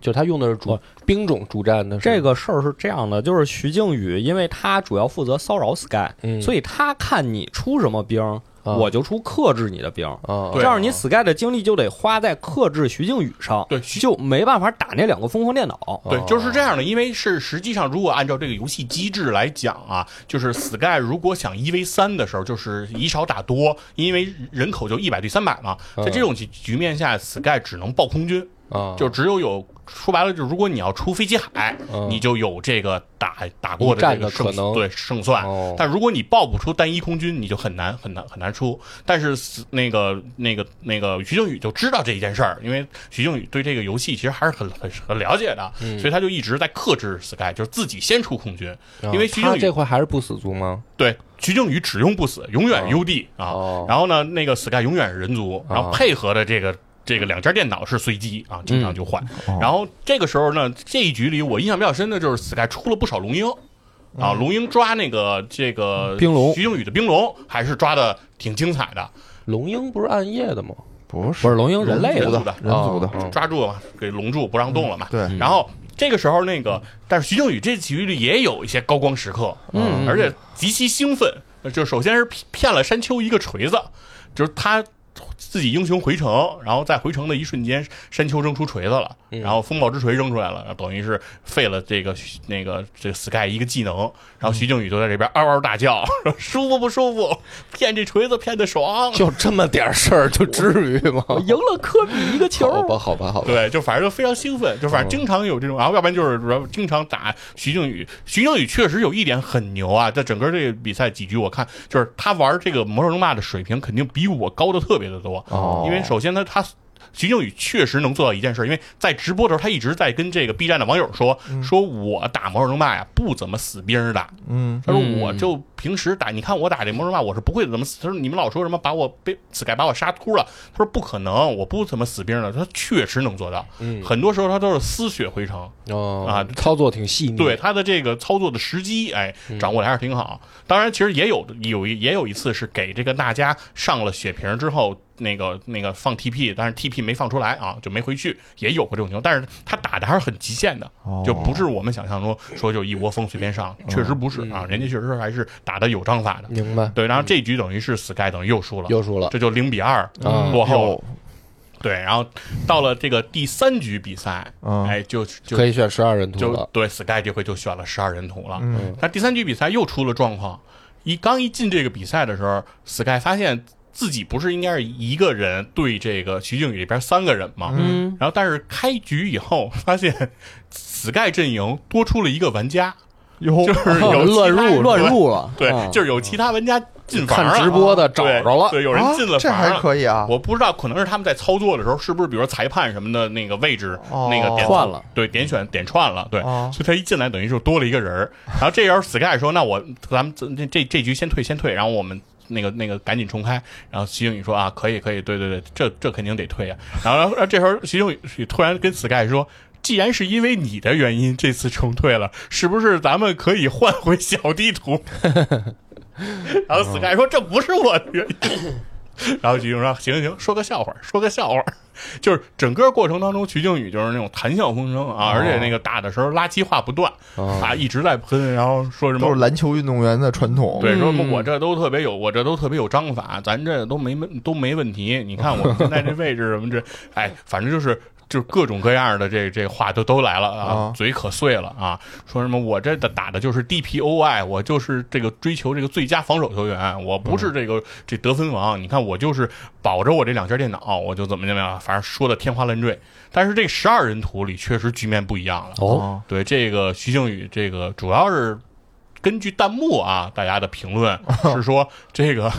S1: 就是他用的是主兵种主战的是
S4: 哦这个事儿是这样的，就是徐靖宇，因为他主要负责骚扰 Sky，、
S1: 嗯
S4: 所以他看你出什么兵，
S1: 啊
S4: 我就出克制你的兵。
S1: 啊，
S2: 对
S4: 这样你 Sky 的精力就得花在克制徐靖宇上，
S2: 对哦徐
S4: 就没办法打那两个疯狂电脑。
S1: 哦
S2: 对，就是这样的，因为是实际上，如果按照这个游戏机制来讲啊，就是 Sky 如果想一 v 三的时候，就是以少打多，因为人口就一百对三百嘛，在
S1: 嗯
S2: 这种局局面下，Sky 只能爆空军。
S1: 啊，
S2: 就只有有说白了，就如果你要出飞机海，
S1: 嗯
S2: 你就有这个打打过
S1: 一战
S2: 这个
S1: 的
S2: 胜
S1: 可能
S2: 对胜算。
S1: 哦
S2: 但如果你爆不出单一空军，你就很难很难很难出。但是死那个那个那个徐靖宇就知道这一件事儿，因为徐靖宇对这个游戏其实还是很很很了解的，所以他就一直在克制 Sky，就是自己先出空军，因为徐
S1: 啊他
S2: 靖
S1: 这
S2: 宇
S1: 块还是不死族吗？
S2: 对。徐靖宇只用不死，永远 UD 啊，
S1: 哦
S2: 然后呢，那个 Sky 永远是人族，
S4: 啊
S2: 然后
S1: 哦
S2: 配合的这个这个两家电脑是随机啊，经常就换。
S4: 嗯哦
S2: 然后这个时候呢，这一局里我印象比较深的就是 Sky 出了不少龙鹰啊，龙鹰抓那个这个
S4: 嗯冰龙
S2: 徐靖宇的冰龙还是抓的挺精彩的，
S1: 龙鹰不是暗夜的吗？
S3: 不是
S4: 不是龙鹰人类
S2: 人
S4: 的，
S2: 族的嗯
S3: 人族的，
S4: 嗯
S1: 啊
S2: 抓住了嘛，给龙住不让动了嘛。
S3: 对，
S2: 然后这个时候那个，但是徐靖宇这局里也有一些高光时刻，嗯，而且极其兴奋。就首先是骗骗了山丘一个锤子，就是他自己英雄回城，然后在回城的一瞬间，山丘扔出锤子了，然后风暴之锤扔出来了，等于是废了这个那个这个 Sky 一个技能，然后徐靖宇就在这边嗷嗷大叫， 说舒服不舒服？ 骗这锤子骗的爽，
S1: 就这么点事儿，就至于吗？
S4: 我赢了科比一个 球。
S1: 好
S2: 哦
S1: 吧，好吧，好吧，
S2: 对，就反正就非常兴奋，就反正经常有这种，然后要不然就是说经常打徐靖宇。徐靖宇确实有一点很牛啊，在整个这个比赛几局，我看就是他玩这个魔兽争霸的水平肯定比我高的特别的多。
S1: 哦
S2: 因为首先他他。徐靖宇确实能做到一件事，因为在直播的时候，他一直在跟这个 B 站的网友说，说我打魔兽争霸呀，不怎么死兵儿的，
S3: 嗯，
S2: 他说我就平时打，你看我打这魔兽霸，我是不会怎么死。他说你们老说什么把我被 Sky 把我杀秃了，他说不可能，我不怎么死兵的。他确实能做到，很多时候他都是丝血回城，
S1: 哦
S2: 啊
S1: 操作挺细腻，
S2: 对，他的这个操作的时机，哎，掌握的还是挺好。当然，其实也有有一也有一次是给这个大家上了血瓶之后，那个那个放 TP，但是 TP 没放出来啊，就没回去，也有过这种情况。但是他打的还是很极限的，
S1: 哦
S3: 嗯
S2: 就
S3: 哦
S2: 不是我们想象中说就一窝蜂随便上，
S1: 嗯
S2: 确实不是啊，人家确实还是打的有章法的。
S1: 明白，
S2: 对，然后这局等于是 Sky 等于又输了，
S1: 嗯又输了
S2: 这就零比二
S1: 啊
S2: 落后了
S3: 有。
S2: 对，然后到了这个第三局比赛，
S3: 嗯
S2: 哎，就就
S1: 可以选十二人图
S2: 就
S1: 了，
S2: 对 Sky 这回就选了十二人图了。
S3: 嗯
S2: 但第三局比赛又出了状况，一刚一进这个比赛的时候，Sky 发现自己不是应该是一个人对这个徐靖宇这边三个人吗？嗯，然后但是开局以后发现 Sky 阵营多出了一个玩家，
S3: 哟
S2: 就是
S4: 哦
S2: 有其他
S5: 乱入
S2: 人
S5: 乱入了，
S2: 对，
S4: 嗯
S5: 啊
S2: 就是有其他玩家进房了啊
S1: 看直播的找
S2: 对
S1: 着了，
S2: 对，有人进了
S3: 啊这
S2: 房
S3: 还
S2: 了。
S3: 可以啊，
S2: 我不知道，可能是他们在操作的时候，是不是比如说裁判什么的那个位置、
S3: 哦
S2: 那个点
S5: 串了，
S2: 对，点选点串了，对，
S3: 哦
S2: 所以他一进来等于就多了一个人儿。然后这时候 Sky 说：“那我咱们这这这局先退，先退，然后我们。”那个那个赶紧重开，然后徐靖宇说啊，可以可以，对对对，这这肯定得退啊。然后然后然后这时候徐靖宇突然跟 Sky 说，既然是因为你的原因这次重退了，是不是咱们可以换回小地图？然后 Sky 说这不是我的原因。 然后徐靖宇说啊行行行，说个笑话，说个笑话。就是整个过程当中，徐靖宇就是那种谈笑风生啊，而且那个打的时候垃圾话不断啊，一直在喷，然后说什
S3: 都
S2: 么
S3: 是篮球运动员的传统，
S2: 对，说什么我这都特别有，我这都特别有章法，咱这都没问都没问题。你看我现在这位置什么这，哎，反正就是就是各种各样的这这话都都来了啊
S3: 啊，
S2: 嘴可碎了啊，说什么我这打的就是 DPOI，我就是这个追求这个最佳防守球员，我不是这个这得分王，你看我就是保着我这两家电脑，我就怎么怎么样，反正说的天花乱坠。但是这十二人图里确实局面不一样了。
S1: 哦，
S2: 对这个徐靖宇，这个主要是根据弹幕啊，大家的评论是说这个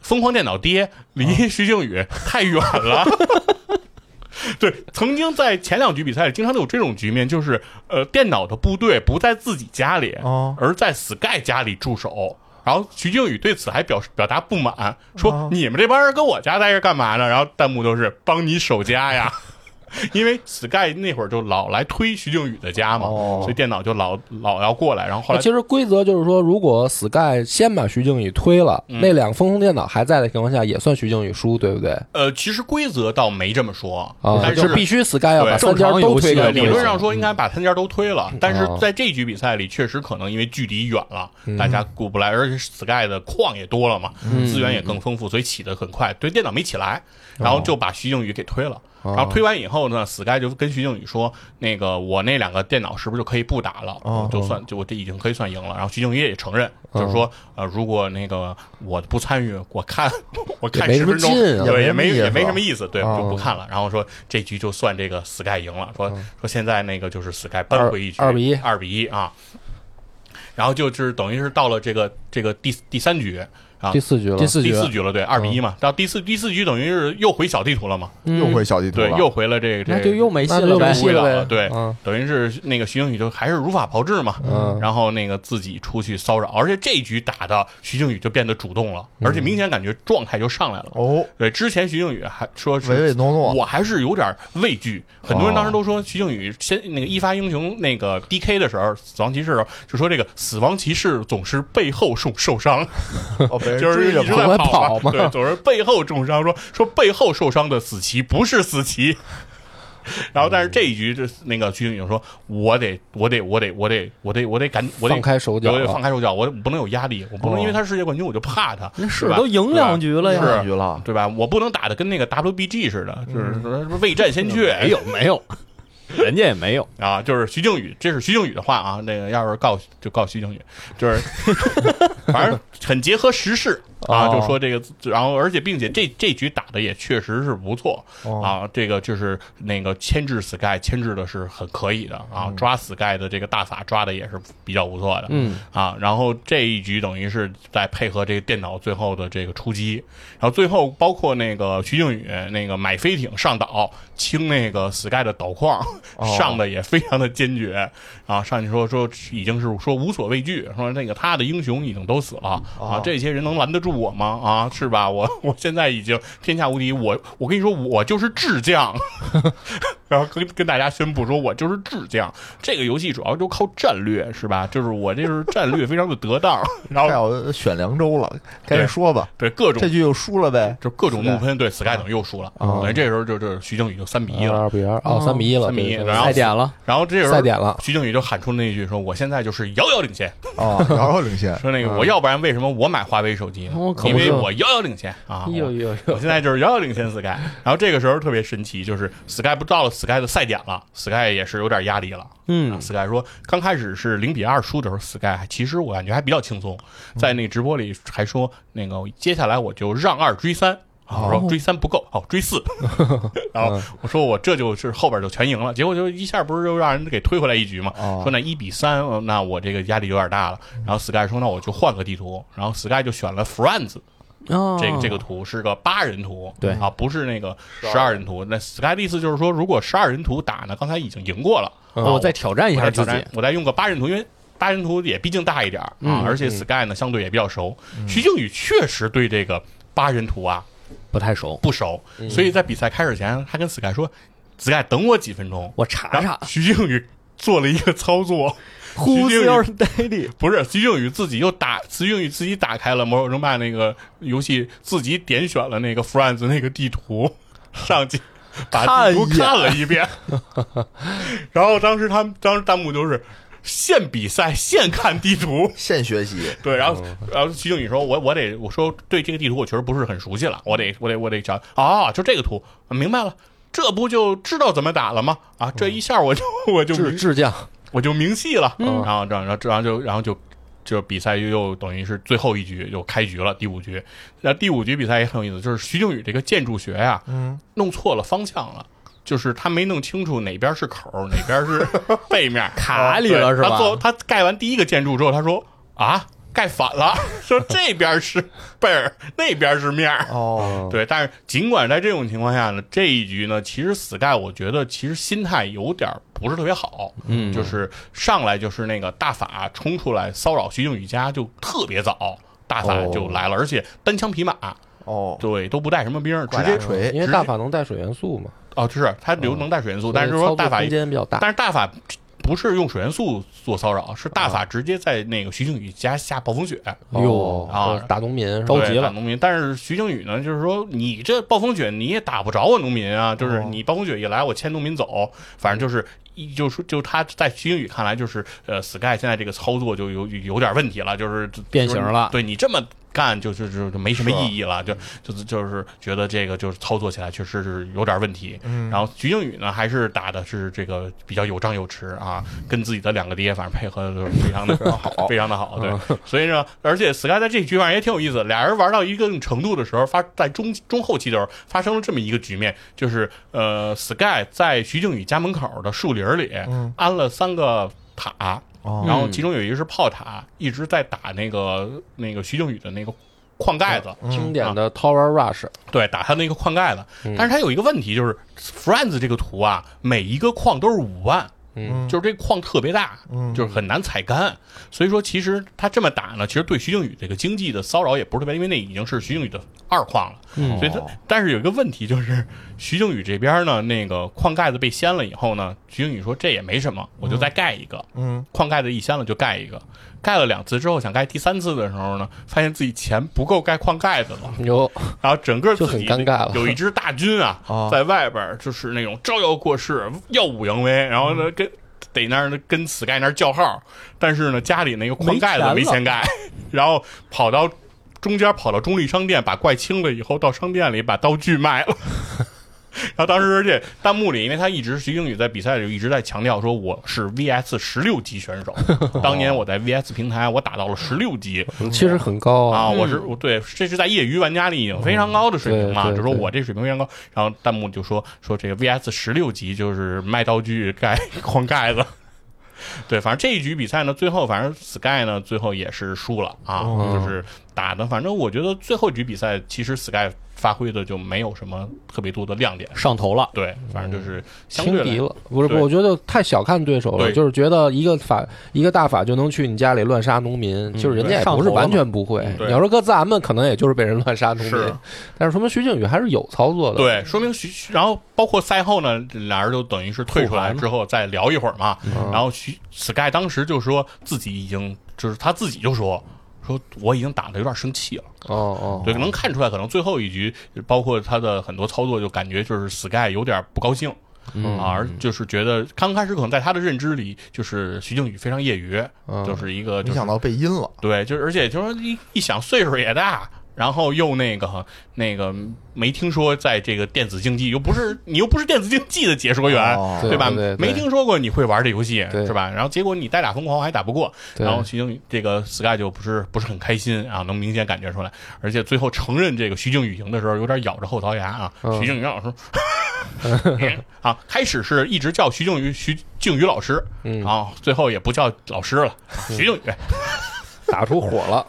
S2: 疯狂电脑爹离徐靖宇太远了。 对，曾经在前两局比赛里，经常都有这种局面，就是呃，电脑的部队不在自己家里，
S3: 哦
S2: 而在 Sky 家里驻守。然后徐静宇对此还表示表达不满，
S3: 哦
S2: 说你们这帮人跟我家待着干嘛呢？然后弹幕都是帮你守家呀， 因为 Sky 那会儿就老来推徐静宇的家嘛，
S3: 哦
S2: 所以电脑就老老要过来。然后后来
S1: 哎其实规则哦就是说，如果 Sky 先把徐静宇推了，
S2: 嗯
S1: 那两个风控电脑还在的情况下，也算徐静宇输，对不对？
S2: 呃，其实规则倒没这么说，
S1: 啊，
S2: 但
S1: 就是必须 Sky 要把
S2: 对
S1: 三家
S4: 正常
S1: 都
S4: 游戏
S1: 推掉。
S2: 对，
S4: 啊这
S2: 理
S4: 个
S2: 论上说应该把三家都推了，但是在这局比赛里，确实可能因为距离远了，大家顾不来，而且 Sky 的矿也多了嘛，资源也更丰富，所以起得很快，对电脑没起来，然后就把徐静宇给推了。然后推完以后呢，Sky 就跟徐静宇说：“那个我那两个电脑是不是就可以不打了？
S3: 哦
S2: 就算就我这已经可以算赢了。”然后徐静宇也承认，就是说：“呃，如果那个我不参与，我看 我看
S1: 也没
S2: 十
S1: 什么
S2: 分钟，
S1: 劲啊
S2: 对，也
S3: 也没
S2: 没也没什
S3: 什么意思啊
S2: 么意思，对，
S1: 哦
S2: 就不看了。然后说这局就算这个 Sky 赢了，说说现在那个就是 Sky
S1: 二
S2: 扳回一局，
S1: 二比一
S2: 二比一啊。然后就是等于是到了这个这个第第三局啊，
S1: 第四局了，
S4: 第四
S2: 第
S4: 局
S2: 四局了，对，二比一嘛。到第四第四局等于是又回小地图了嘛，
S1: 嗯
S3: 又回小地图
S2: 对
S3: 了，，
S2: 又回了这个这
S4: 那
S2: 个
S4: 就又没戏
S1: 那
S4: 了
S1: 就
S4: 呗
S1: 没。
S2: 戏
S1: 戏
S2: 了
S1: 呗。
S2: 对
S1: 嗯
S2: 等于是那个徐静宇就还是如法炮制嘛，
S1: 嗯
S2: 然后那个自己出去骚扰，而且这一局打的徐静宇就变得主动了，而且明显感觉状态就上来了。
S3: 哦，
S2: 对，之前徐静宇还说是
S3: 唯唯诺诺，
S2: 我还是有点畏惧。很多人当时都说徐静宇先那个一发英雄那个 D K 的时候，死亡骑士的时候，就说这个死亡骑士总是背后受受伤，
S3: 哦被人
S2: 就是
S3: 追
S2: 一
S3: 着
S2: 直在
S1: 往外跑
S2: 跑
S1: 嘛
S2: 对，总是背后重伤。说说背后受伤的死棋不是死棋。 然后，但是这一局，这那个徐静宇就说：“我得，我得，我得，我得，我得，我得赶，我得
S1: 放开手脚
S2: 我得
S1: 了
S2: 放开手脚，我不能有压力，我不能
S1: 哦
S2: 因为他是世界冠军我就怕他，
S4: 是
S2: 吧
S4: 都赢两局了呀
S2: 是
S3: 上去了，
S2: 对吧？我不能打的跟那个 WBG 似的，就是说未战先怯，
S4: 没有没有， 人家也没有。
S2: 啊，就是徐静宇，这是徐静宇的话啊，那个要是告就告徐静宇，就是 反正很结合时事啊，
S1: 哦
S2: 就说这个，然后而且并且这这局打的也确实是不错
S3: 哦
S2: 啊，这个就是那个牵制 Sky 牵制的是很可以的啊，抓 Sky 的这个大法抓的也是比较不错的，
S1: 嗯
S2: 啊，然后这一局等于是在配合这个电脑最后的这个出击，然后最后包括那个徐静宇那个买飞艇上岛清那个 Sky 的岛矿，上的也非常的坚决啊，上去说说已经是说无所畏惧，说那个他的英雄已经都死了、啊，这些人能拦得住我吗？啊，是吧？我我现在已经天下无敌，我我跟你说，我就是智将， 然后跟跟大家宣布说，我就是智将。这个游戏主要就靠战略，是吧？就是我这是战略非常的得当， 然
S3: 该
S2: 后
S3: 我选凉州了，赶紧说吧，
S2: 对各种
S3: 这局又输了呗，
S2: 就各种怒喷，对 Sky 等于又输了，
S1: 哦
S2: 等于这时候就就是徐静宇就三比一了。嗯
S1: 二比二，哦，三比一了，
S2: 三比一
S1: 对对
S2: 然后
S4: 赛点了，
S2: 然后这时候
S1: 赛点了
S2: 徐静宇就喊出那一句说：“我现在就是遥 遥领先。
S3: 啊，遥遥领先”，
S2: 说那个我要不然为什么我买华为手机呢
S1: 啊哦可？不
S2: 因为
S1: 是
S2: 我遥遥领先啊！
S1: 对
S2: 我
S1: 呦呦
S2: 我
S1: 呦，
S2: 现在就是遥遥领先 Sky。然后这个时候特别神奇，就是 Sky 不到了 Sky 的赛点了，Sky 也是有点压力了。啊
S4: 嗯，
S2: Sky 说，刚开始是零比二输的时候，Sky 其实我感觉还比较轻松，在那个直播里还说，那个接下来我就让二追三。啊我说追三不够，哦，追四，然后我说我这就是后边就全赢了，结果就一下不是就让人给推回来一局嘛？
S3: 哦
S2: 说那一比三，呃那我这个压力有点大了。然后 Sky 说那我就换个地图，然后 Sky 就选了 Friends 这
S4: 这
S2: 个这个图是个八人图，
S4: 哦对
S2: 啊，不是那个十二人图。那 Sky 的意思就是说，如果十二人图打呢，刚才已经赢过了，啊
S4: 哦我再挑战一
S2: 我
S4: 下
S2: 再
S4: 自
S2: 挑
S4: 己
S2: 战，我再用个八人图，因为八人图也毕竟大一点儿
S4: 嗯
S2: 啊，而且 Sky 呢相对也比较熟。徐静宇确实对这个八人图啊
S4: 不太熟，
S2: 不熟，所以在比赛开始前，他跟 Sky 说：“Sky 等我几分钟。
S4: 我”查
S2: 然后
S4: 查。
S2: 徐静宇做了一个操作，徐静
S4: Who's
S2: 宇
S4: your daddy？
S2: 不是徐静宇自己又打，徐静宇自己打开了《魔兽争霸》那个游戏，自己点选了那个 Friends 那个地图， 上去把地图看了一遍。 然后当时他们当时弹幕就是现比赛现看地图，
S3: 现学习，
S2: 对，然后然后徐静宇说：“我我得我说对这个地图我确实不是很熟悉了，我得我得我得找啊，就这个图，明白了。”这不就知道怎么打了吗？啊，这一下我就我就
S1: 智智将，
S2: 我就明细了。
S4: 嗯
S2: 然后，然后，然后，然后就，然后就，就比赛又又等于是最后一局就开局了，第五局。那第五局比赛也很有意思，就是徐静宇这个建筑学呀、
S3: 嗯，
S2: 弄错了方向了。就是他没弄清楚哪边是口 儿，哪边是背面，哦
S4: 卡里了
S2: 对
S4: 是吧
S2: 他做他盖完第一个建筑之后，他说啊，盖反 了，说这边是贝尔，那边是面儿。
S3: 哦，
S2: 对，但是尽管在这种情况下呢，这一局呢，其实 Sky 我觉得其实心态有点不是特别好，嗯，就是上来就是那个大法冲出来骚扰徐静宇家就特别早，大法就来了，而且单枪匹马，
S3: 哦，
S2: 对，都不带什么兵，直
S3: 挂
S2: 接
S3: 俩锤，
S1: 因为大法能带水元素嘛，
S2: 哦，就是他流能带水元素，但是
S1: 所以
S2: 说
S1: 操作
S2: 大法
S1: 空间比较大。
S2: 但是大法不是用水元素做骚扰，是大法直接在那个徐静宇家下暴风雪，
S1: 哟
S2: 啊
S1: 打农民哦是吧
S4: 着急
S2: 对
S4: 了
S2: 打农民。但是徐静宇呢，就是说你这暴风雪你也打不着我农民啊，
S4: 哦
S2: 就是你暴风雪一来，我牵农民走，反正就是。一就是就他在徐静宇看来，就是呃，Sky 现在这个操作就有有有点问题了，就是
S4: 变形了
S2: 对你这么干就就就就没什么意义了，就就是就是觉得这个就是操作起来确实是有点问题。
S3: 嗯
S2: 然后徐静宇呢，还是打的是这个比较有张有弛啊，跟自己的两个爹，反正配合的就是非常的好，非常的好。对，所以呢，而且 Sky 在这局反正也挺有意思，俩人玩到一定程度的时候，发在中中后期的时候发生了这么一个局面，就是呃，Sky 在徐静宇家门口的树林里
S3: 嗯
S2: 安了三个塔，
S3: 哦
S2: 然后其中有一个是炮塔，一直在打那个那个徐静宇的那个矿盖子，
S3: 嗯
S1: 经
S2: 啊
S1: 典的 Tower Rush，
S2: 对，打他那个矿盖子。
S3: 嗯
S2: 但是它有一个问题，就是 Friends 这个图啊，每一个矿都是五万，
S1: 嗯
S2: 就是这矿特别大，
S3: 嗯
S2: 就是很难踩干。所以说，其实他这么打呢，其实对徐靖宇这个经济的骚扰也不是特别，因为那已经是徐靖宇的二矿了。
S3: 嗯
S2: 所以他，但是有一个问题就是，徐靖宇这边呢，那个矿盖子被掀了以后呢，徐靖宇说这也没什么，我就再盖一个。
S3: 嗯，
S2: 矿盖子一掀了就盖一个，盖了两次之后想盖第三次的时候呢，发现自己钱不够盖矿盖子了，
S1: 有
S2: 然后整个自己
S1: 就很尴尬了
S2: 嗯有一支大军啊，
S3: 哦
S2: 在外边儿就是那种招摇过市、耀武扬威，然后呢跟得那儿呢跟 Sky 那儿叫号，但是呢家里那个矿盖子没
S4: 没钱了
S2: 钱盖， 然后跑到中间跑到中立商店把怪清了以后，到商店里把道具卖了。 然后当时，而且弹幕里，因为他一直徐英宇在比赛里一直在强调说我是 VS 十六级选手，当年我在 VS 平台我打到了十六级，
S1: 其实很高啊，
S2: 啊，我是我对，这是在业余玩家里已经非常高的水平了。
S1: 嗯对对
S2: 就说
S1: 对
S2: 我这水平非常高，然后弹幕就说说这个 VS 十六级就是卖道具盖 框盖子。对，反正这一局比赛呢，最后反正 Sky 呢，最后也是输了啊，
S1: 哦
S2: 就是打的，反正我觉得最后一局比赛其实 Sky 发挥的就没有什么特别多的亮点。
S4: 上头了，
S2: 对，反正就是
S1: 嗯
S2: 相
S1: 轻
S2: 对
S1: 敌
S2: 来
S1: 了，不是，
S2: 对
S1: 我觉得太小看对手了，
S2: 对
S1: 就是觉得一个法一个大法就能去你家里乱杀农
S2: 嗯
S1: 民，就是人家也不是完全不会
S4: 嗯。
S2: 对
S1: 你要说搁咱们，可能也就是被人乱杀农民
S2: 是，
S1: 但是说明徐靖宇还是有操作的。，
S2: 对，说明徐，然后包括赛后呢，俩人就等于是退出来之后再聊一会儿嘛。
S1: 嗯
S2: 然后徐 Sky 当时就说自己已经，就是他自己就说。说我已经打的有点生气了，
S1: 哦
S2: 对，能看出来，可能最后一局，包括他的很多操作，就感觉就是 Sky 有点不高兴，啊，而就是觉得刚开始可能在他的认知里，就是徐靖宇非常业余，
S1: 嗯
S2: 就是一个就
S3: 没
S2: 是
S3: 想到被阴了，
S2: 对，就是而且就说一一想岁数也大，然后又那个那个没听说在这个电子竞技，又不是你又不是电子竞技的解说员，
S3: 哦
S1: 对
S2: 吧
S1: 对对
S2: 没听说过你会玩这游戏
S1: 对
S2: 是吧？然后结果你单打疯狂还打不过，
S1: 对
S2: 然后徐靖宇这个 Sky 就不是不是很开心啊，能明显感觉出来，而且最后承认这个徐靖宇赢的时候，有点咬着后槽牙啊。
S1: 嗯
S2: 徐靖宇老 师啊，开始是一直叫徐靖宇徐靖宇老师，
S1: 嗯
S2: 然后最后也不叫老师了，徐靖宇。
S1: 打出火了，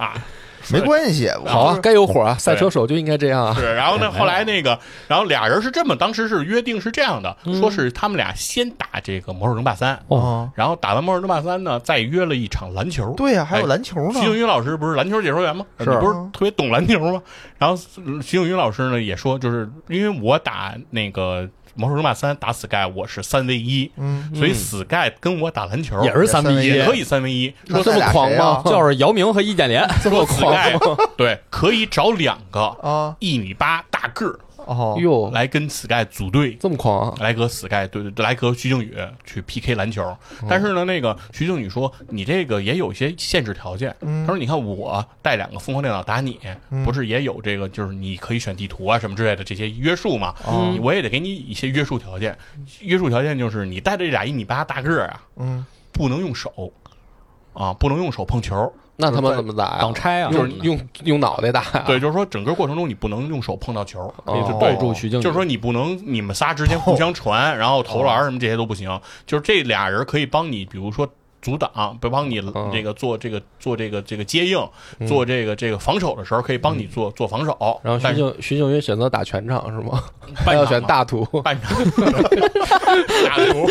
S3: 没关系，我
S1: 好啊，
S3: 就是
S1: 该有火啊！赛车手就应该这样啊。
S2: 是，然后呢，后来 那个，然后俩人是这么，当时是约定是这样的，
S1: 嗯
S2: 说是他们俩先打这个《魔兽争霸三》，
S3: 哦，
S2: 然后打完《魔兽争霸三》呢，再约了一场篮球。
S3: 对呀，还有
S2: 哎
S3: 篮球
S2: 徐
S3: 呢，
S2: 静云老师不是篮球解说员吗？
S1: 是
S2: 你不是特别懂篮球吗？然后徐静云老师呢也说，就是因为我打那个《魔兽争霸三》打 Sky，我是三 v 一，
S3: 嗯，
S2: 所以 Sky 跟我打篮球
S4: 也是三比一，
S2: 也可以三 v 一，
S3: 那
S1: 这
S3: 咱
S1: 么
S3: 俩
S1: 狂
S3: 谁
S1: 吗
S3: 啊？
S4: 就是姚明和易建联，
S1: 这么
S2: 说
S1: 狂
S2: Sky 对可以找两个
S3: 啊，
S2: 一米八大个儿
S3: 哦，
S1: 哟，
S2: 来跟 Sky 组队
S1: 这么狂啊！
S2: 莱格 Sky 对对，莱格徐靖宇去 PK 篮球，但是呢，那个徐靖宇说你这个也有一些限制条件。他说：“你看我带两个疯狂电脑打你，不是也有这个，就是你可以选地图啊什么之类的这些约束嘛？你我也得给你一些约束条件。约束条件就是你带着这俩一米八大个儿啊，
S3: 嗯，
S2: 不能用手啊，不能用手碰球。
S1: 那他妈怎么打呀？
S4: 挡拆啊
S1: 用用用脑袋打呀？
S2: 对，就是说整个过程中你不能用手碰到球。
S1: 哦，
S4: 就抱住徐静宇，
S2: 就是说你不能你
S1: 哦
S2: 们仨之间互相传，然后投篮什么这些都不行，就是这俩人可以帮你，比如说阻挡，不帮你
S1: 嗯
S2: 这个做这个做这个这个接应，做这个这个防守的时候，可以帮你做做防守。
S1: 嗯然后
S2: 但
S1: 徐
S2: 是
S1: 静徐静云选择打全场是吗？ 他
S2: 半
S1: 要
S2: 场
S1: 选
S2: 嘛
S1: 大图，
S2: 半 场打球，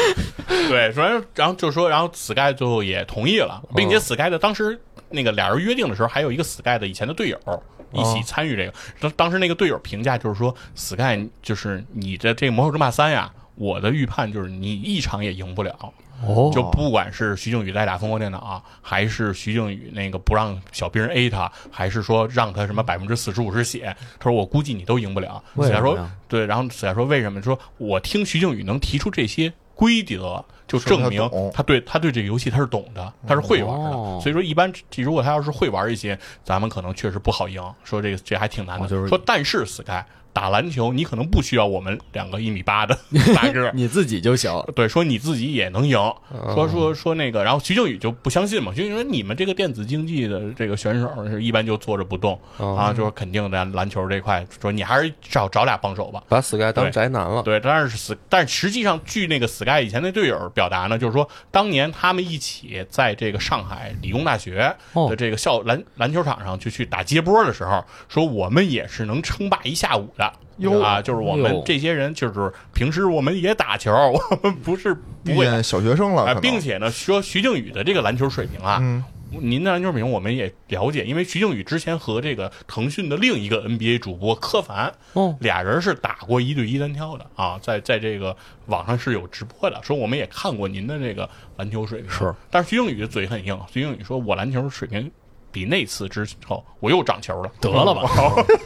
S2: 对，反正然后就说，然后 Sky 最后也同意了，并
S4: 哦
S2: 且 Sky 的当时那个俩人约定的时候，还有一个 Sky 的以前的队友
S4: 哦
S2: 一起参与这个。当当时那个队友评价就是说，Sky 就是你的这个《魔兽争霸三》呀，我的预判就是你一场也赢不了。
S4: 哦
S2: 就不管是徐静宇在打疯狂电脑、啊还是徐静宇那个不让小兵 A 他，还是说让他什么百分之四十五是血，他说我估计你都赢不了。
S4: 为
S2: 死
S4: 什
S2: 甲
S4: 么
S2: 说
S4: 呀
S2: 对，然后死甲说为什么？说我听徐静宇能提出这些规则，就证
S3: 说
S2: 明
S3: 他懂
S2: 他对他对这个游戏他是懂的，他是会玩的。
S4: 哦
S2: 所以说，一般如果他要是会玩一些，咱们可能确实不好赢。说这个这还挺难的。
S4: 哦就是
S2: 说但是 Sky 打篮球，你可能不需要我们两个一米八的大个 儿。
S5: 你自己就行。
S2: 对，说你自己也能赢，
S1: 哦嗯
S2: 说说说那个，然后徐静宇就不相信嘛，徐静宇说你们这个电子竞技的这个选手是一般就坐着不动
S1: 哦
S2: 啊，就是肯定的篮球这块，说你还是找找俩帮手吧。
S1: 把 Sky 当
S2: 对
S1: 宅男
S3: 啊
S1: 了。
S2: 对，但是死，但实际上据那个 Sky 以前的队友表达呢，就是说当年他们一起在这个上海理工大学
S3: 哦
S2: 的这个校篮篮球场上就去打接波的时候，说我们也是能称霸一下午的。
S3: 哟
S2: 啊，就是我们
S4: 哟
S2: 这些人，就是平时我们也打球，我们不是不
S3: 遇
S2: 会打
S3: 见小学生了，
S2: 哎，
S3: 可能
S2: 并且呢，说徐静宇的这个篮球水平啊，
S3: 嗯
S2: 您的篮球水平我们也了解，因为徐静宇之前和这个腾讯的另一个 NBA 主播柯凡，
S4: 哦
S2: 俩人是打过一对一单挑的啊，在在这个网上是有直播的，说我们也看过您的这个篮球水平，
S4: 是，
S2: 但是徐静宇嘴很硬，徐静宇说我篮球水平。比那次之后，我又长球了，
S5: 得了吧
S2: 吧，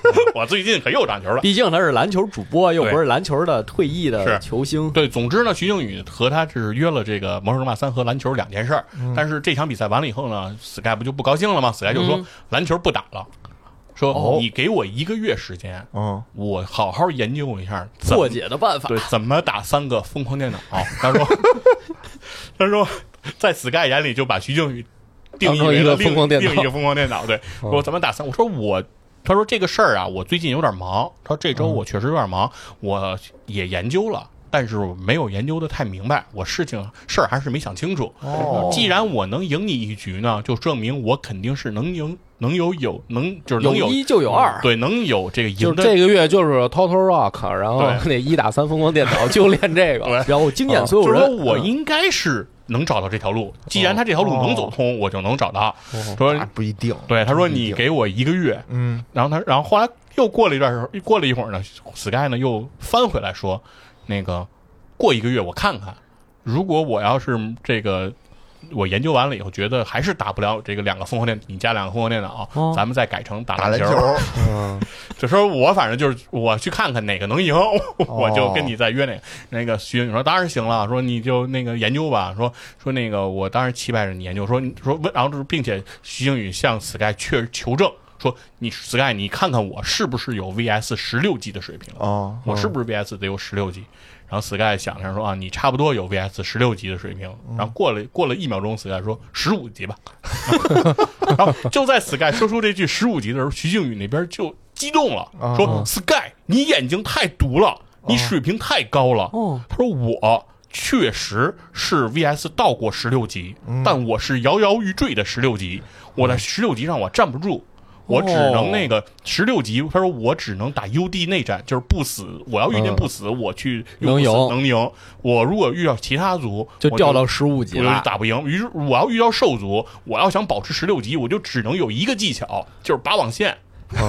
S2: 我最近可又长球了。
S5: 毕竟他是篮球主播，又
S2: 对
S5: 不是篮球的退役
S2: 是
S5: 的球星。
S2: 对，总之呢，徐静宇和他是约了这个《魔兽争霸三》和篮球两件事儿。但是这场比赛完了以后呢，Sky 不就不高兴了吗？Sky 就说、篮球不打了，说、你给我一个月时间，
S3: 嗯，
S2: 我好好研究一下怎
S5: 破解的办法
S2: 对怎么打三个疯狂 电脑。他说， 他说在 Sky 眼里就把徐静宇定义
S1: 当成
S2: 为
S1: 一个
S2: 了另
S1: 疯狂电脑哦
S2: 另一个疯狂电脑。对，说怎么打三？我说我。他说这个事儿啊，我最近有点忙。他说这周我确实有点忙，我也研究了，但是我没有研究的太明白，我事情事儿还是没想清楚。
S3: 哦
S2: 既然我能赢你一局呢，就证明我肯定是能赢，能有有能就是能
S5: 有一就有二，
S2: 对，能有这个赢
S1: 就是
S2: 的
S1: 这个月就是 Total Rock，然后那一打三疯狂电脑就练这 个，
S5: 然后惊艳所有
S2: 哦就是
S5: 人。
S2: 说我
S4: 嗯
S2: 应该是能找到这条路，既然他这条路能走通，我就能找到。说
S3: 啊那不一定，
S2: 对，他说
S3: 不一
S2: 你
S3: 定
S2: 给我一个月，
S3: 嗯，
S2: 然后他，然后后来又过了一段时候，过了一会儿呢，Sky 呢又翻回来说，那个过一个月我看看，如果我要是这个。我研究完了以后，觉得还是打不了这个两个疯狂电，你加两个疯狂电脑，咱们再改成打
S3: 打篮
S2: 球。
S3: 球，
S1: 嗯，
S2: 就说我反正就是我去看看哪个能赢，我就跟你再约哪个。那个徐云说当然行了，说你就那个研究吧，说说那个我当然期待着你研究，说说问，然后就是并且徐靖宇向 Sky 确求证说你 Sky 你看看我是不是有 VS 十六 G 的水平，
S3: 哦，
S2: 我是不是 VS 得有十六 G？然后 Sky 想着说啊，你差不多有 VS 十六级的水平。然后过了过了一秒钟，Sky 说十五级吧。 然后就在 Sky 说出这句十五级的时候，徐静宇那边就激动了，说 Sky，你眼睛太毒了，你水平太高了。他说我。确实是 VS 到过十六级，但我是摇摇欲坠的十六级，我在十六级上我站不住，我只能那个十六级，他说我只能打 UD 内战，就是不死，我要遇见不死，我去用
S5: 嗯能
S2: 不死
S5: 赢
S2: 能赢。我如果遇到其他族，
S5: 就
S2: 我
S5: 掉到十五级
S2: 我就
S5: 了。
S2: 打不赢。于是我要遇到兽族，我要想保持十六级，我就只能有一个技巧，就是拔网线。
S5: 哦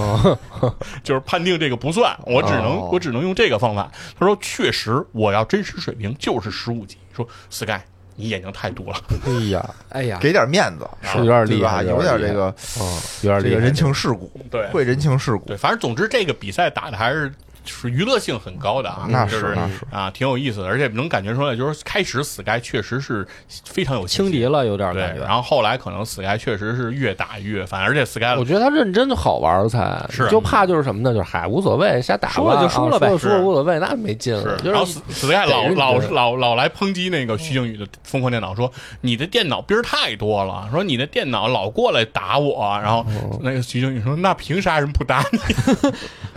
S2: 就是判定这个不算，我只能、我只能用这个方法。他说：“确实，我要真实水平就是十五级。”说 Sky，你眼睛太毒了。
S1: 哎呀，
S5: 哎呀，
S3: 给点面子，
S2: 啊
S1: 是有点
S3: 对
S1: 厉
S3: 吧？
S1: 害，
S3: 有
S1: 点
S3: 点这个
S1: 厉害，嗯，有点
S3: 这
S1: 厉
S3: 个
S1: 害，
S3: 人情世故，
S2: 对
S3: 会人情世故，
S2: 对，反正总之这个比赛打的还是是娱乐性很高的啊，
S3: 那
S2: 就是
S3: 那是
S2: 啊，挺有意思的，而且能感觉出来，就是开始 Sky 确实是非常有信
S4: 轻
S2: 心
S4: 敌。了，有点
S2: 对
S4: 感，觉。
S2: 然后后来可能 Sky 确实是越打越烦，而且 Sky
S1: 我觉得他认真就好玩儿才，
S2: 是啊
S1: 就怕就是什么呢？就是嗨，无所谓，瞎打吧，
S4: 输了就输了呗
S1: 啊输了
S2: 是
S1: 输了无所谓，那没劲了。
S2: 是，
S1: 就
S2: 然后
S1: 是
S2: Sky 老
S1: 给人
S2: 老
S1: 就是
S2: 老老来抨击那个徐静宇的疯狂电脑，说你的电脑兵儿太多了，说你的电脑老过来打我，然后那个徐静宇说那凭啥人不打你？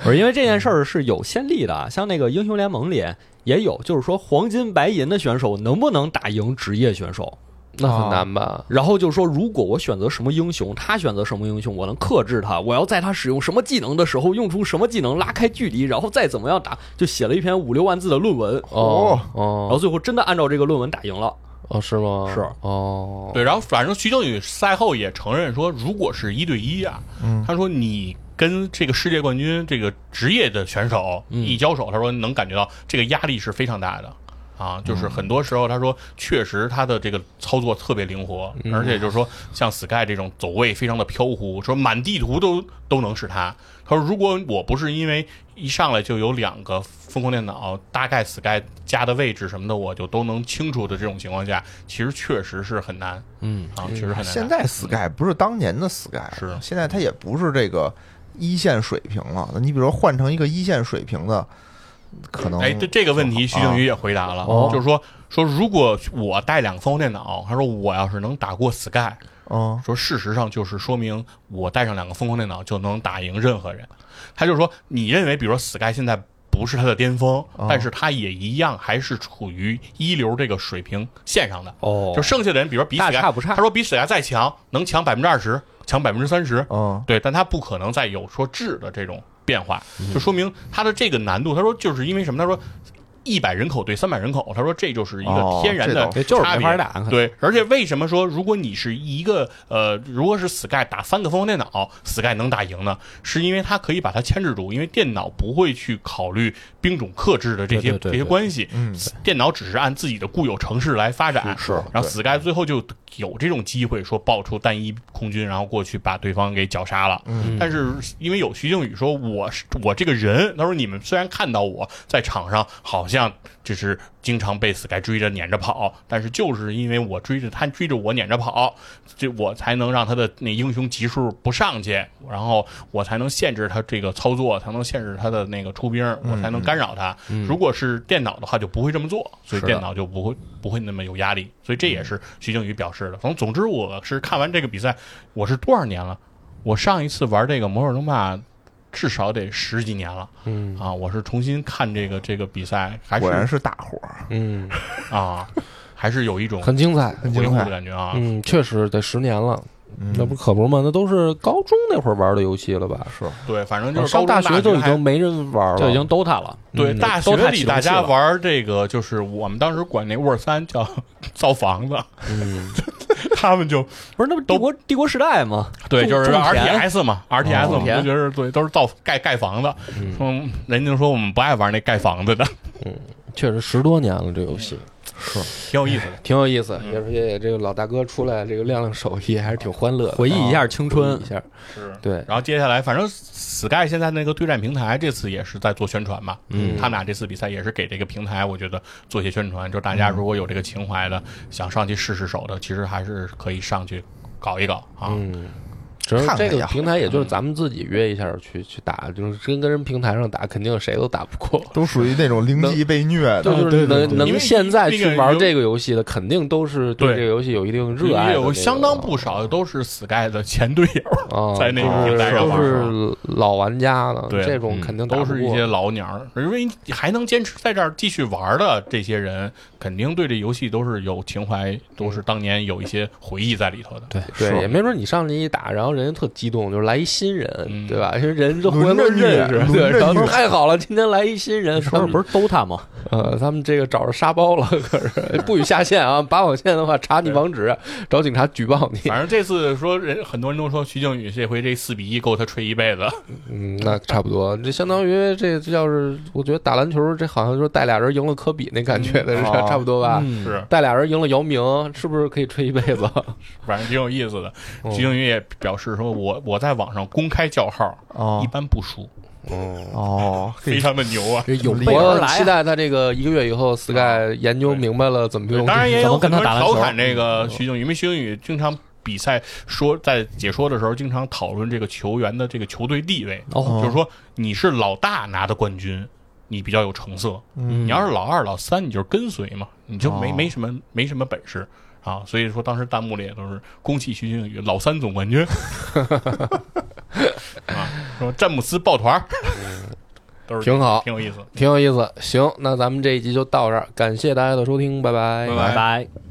S4: 不是因为这件事儿是有先例的啊，像那个英雄联盟里也有，就是说黄金白银的选手能不能打赢职业选手？
S1: 那很难吧？
S4: 然后就说，如果我选择什么英雄，他选择什么英雄，我能克制他。我要在他使用什么技能的时候，用出什么技能拉开距离，然后再怎么样打，就写了一篇五六万字的论文。
S1: 哦
S4: 然后
S1: 哦
S4: 最后真的按照这个论文打赢了。
S1: 哦，是吗？
S4: 是
S1: 哦，
S2: 对，然后反正徐静宇赛后也承认说，如果是一对一啊，他说你跟这个世界冠军这个职业的选手一交手，他说能感觉到这个压力是非常大的。啊，就是很多时候，他说确实他的这个操作特别灵活，而且就是说像 Sky 这种走位非常的飘忽，说满地图都都能是他。他说如果我不是因为一上来就有两个风控电脑，大概 Sky 加的位置什么的，我就都能清楚的这种情况下，其实确实是很难。
S4: 嗯，
S2: 啊，确实很难打。
S3: 现在 Sky 不是当年的 Sky，了
S2: 是
S3: 现在他也不是这个一线水平了。那你比如说换成一个一线水平的，可能
S2: 哎，这这个问题，徐静宇也回答了，
S1: 哦
S2: 就是说说如果我带两个风控电脑，他说我要是能打过 Sky，
S3: 嗯
S2: 说事实上就是说明我带上两个风控电脑就能打赢任何人。他就说，你认为比如说 Sky 现在。不是他的巅峰，
S4: 哦
S2: 但是他也一样，还是处于一流这个水平线上的。
S4: 哦
S2: 就剩下的人，比如说比
S4: 大
S2: Sky
S4: 差不差
S2: 他说比 Sky 再强，能强百分之二十，强百分之三十，
S4: 哦
S3: 嗯，
S2: 对，但他不可能再有说质的这种变化，
S4: 嗯
S2: 就说明他的这个难度。他说就是因为什么？他说一百人口对三百人口，他说这就是一
S3: 哦
S2: 个天然
S3: 这
S2: 的
S3: 倒
S2: 差别，
S4: 是就是没法打可能
S2: 对，而且为什么说如果你是一个呃，如果是 Sky 打三个风控电脑，Sky 能打赢呢？是因为它可以把它牵制住，因为电脑不会去考虑兵种克制的这些
S4: 对对对
S2: 这些
S4: 对
S2: 关系，
S3: 嗯
S2: 电脑只是按自己的固有城市来发展，
S3: 是是
S2: 然后
S3: 对
S2: Sky 最后就有这种机会说爆出单一空军，然后过去把对方给绞杀了。
S3: 嗯
S2: 但是因为有徐静宇说我是我这个人，他说你们虽然看到我在场上好像就是经常被 Sky 追着撵着跑，但是就是因为我追着他追着我撵着跑，这我才能让他的那英雄级数不上去，然后我才能限制他这个操作，才能限制他的那个出兵，我才能干扰他。如果是电脑的话，就不会这么做，所以
S3: 嗯是的
S2: 电脑就不会不会那么有压力。所以这也是徐静宇表示的。总总之，我是看完这个比赛，我是多少年了？我上一次玩这个《魔兽争霸》。至少得十几年了，嗯啊，我是重新看这个这个比赛，还
S3: 果然
S2: 是
S3: 是大伙儿。
S1: 嗯，
S2: 啊，还是有一种
S1: 很精彩。
S3: 很
S2: 回顾
S3: 精彩
S2: 的感觉啊。嗯
S1: 嗯，确实得十年了，
S3: 嗯
S1: 那不可不是吗？那都是高中那会儿玩的游戏了吧？
S2: 对，反正就是
S1: 哦上
S2: 高中
S1: 大学都已
S2: 还
S1: 经没人玩了，
S4: 就已经 DOTA 了。
S2: 对，
S1: 嗯
S2: 大
S4: 都
S2: 学
S4: 太
S2: 里
S4: 起
S2: 大
S4: 劲
S2: 家
S4: 了
S2: 玩儿这个，就是我们当时管那 Word 三叫 造房子，
S1: 嗯
S2: 他们就
S4: 不是，那不帝国帝国时代吗？
S2: 对，
S4: 种
S2: 就是
S4: 种田
S2: RTS 嘛，RTS 我们
S4: 种田
S2: 就觉得对，都是造盖盖房子。嗯，人家说我们不爱玩那盖房子的，
S1: 确实十多年了，这游戏
S2: 嗯挺有意思的。
S1: 挺有意思。
S2: 嗯
S1: 也是也这个老大哥出来，这个亮亮手艺还是挺欢乐的，啊
S4: 回忆一下青春
S1: 回忆一下
S2: 是
S1: 对，
S2: 然后接下来，反正 Sky 现在那个对战平台这次也是在做宣传嘛，嗯，他们俩这次比赛也是给这个平台，我觉得做一些宣传，就大家如果有这个情怀的，想上去试试手的，其实还是可以上去搞一搞啊。
S1: 嗯。只是
S3: 看看
S1: 这
S3: 也
S1: 个
S3: 好
S1: 平台，也就是咱们自己约一下去去打，就是真跟人平台上打，肯定谁都打不过。
S3: 都属于那种零级被虐
S1: 就
S3: 的，
S1: 是
S5: 对对
S1: 能
S5: 对
S2: 因为
S1: 能现在
S2: 那个
S1: 去玩
S2: 游
S1: 这个游戏的，肯定都是
S2: 对
S1: 对这个游戏有一定热爱的那
S2: 也
S1: 种，
S2: 有相当不少都是 Sky 的前队友，
S1: 啊，
S2: 在那个
S1: 就是
S2: 平台上
S1: 都
S2: 玩儿
S1: 是老玩家了，
S2: 对嗯
S1: 这种肯定打
S2: 都
S1: 不
S2: 是一
S1: 过
S2: 些老鸟儿，因为你还能坚持在这儿继续玩儿的这些人，肯定对这游戏都是有情怀，都是当年有一些回忆在里头的。
S4: 对
S1: 对，
S3: 是
S1: 也没准你上去一打，然后人家特激动，就是来一新人
S2: 嗯，
S1: 对吧？因为人这互相
S3: 轮着
S1: 都认
S3: 虐
S1: 识，对，
S3: 轮着
S1: 然后说
S3: 虐
S1: 太好了，今天来一新人，
S4: 那时候
S1: 他们
S4: 不是 DOTA 吗？
S1: 呃，他们这个找着沙包了， 可是不许下线啊！拔网线的话，查你网址，找警察举报你。
S2: 反正这次说人很多人都说徐静宇这回这四比一够他吹一辈子，
S1: 嗯，那差不多，这相当于这这要是我觉得打篮球，这好像说带俩人赢了科比那感觉的，
S3: 嗯
S1: 是吧
S3: 哦
S1: 差不多吧？
S4: 嗯
S2: 是
S1: 带俩人赢了姚明，是不是可以吹一辈子？
S2: 反正挺有意思的。
S4: 哦
S2: 徐静宇也表示说我，我在网上公开叫号，
S3: 哦
S2: 一般不输，
S3: 哦，
S2: 非常的牛啊。
S4: 这有备 而
S1: 我
S4: 来
S1: 期
S4: 啊。
S1: 待他这个一个月以后，Sky 研究明白了怎么用。
S2: 当然也
S4: 怎
S2: 有
S4: 么
S2: 很
S4: 跟
S2: 多
S4: 他
S2: 人
S4: 打篮
S2: 调
S4: 球嗯
S2: 侃这个徐静宇，因为徐静宇经常比赛说在解说的时候，经常讨论这个球员的这个球队地位，
S4: 哦
S2: 就是说你是老大拿的冠军，你比较有成色；你
S3: 嗯
S2: 要是老二、老三，你就是跟随嘛，你就没、没什么没什么本事。啊，所以说当时弹幕里也都是恭喜徐静宇老三总冠军， 啊，说詹姆斯抱团儿，都是
S1: 挺好
S2: 挺有意思。
S1: 挺有意思。行，那咱们这一集就到这儿，感谢大家的收听，拜拜
S2: 拜
S4: 拜拜。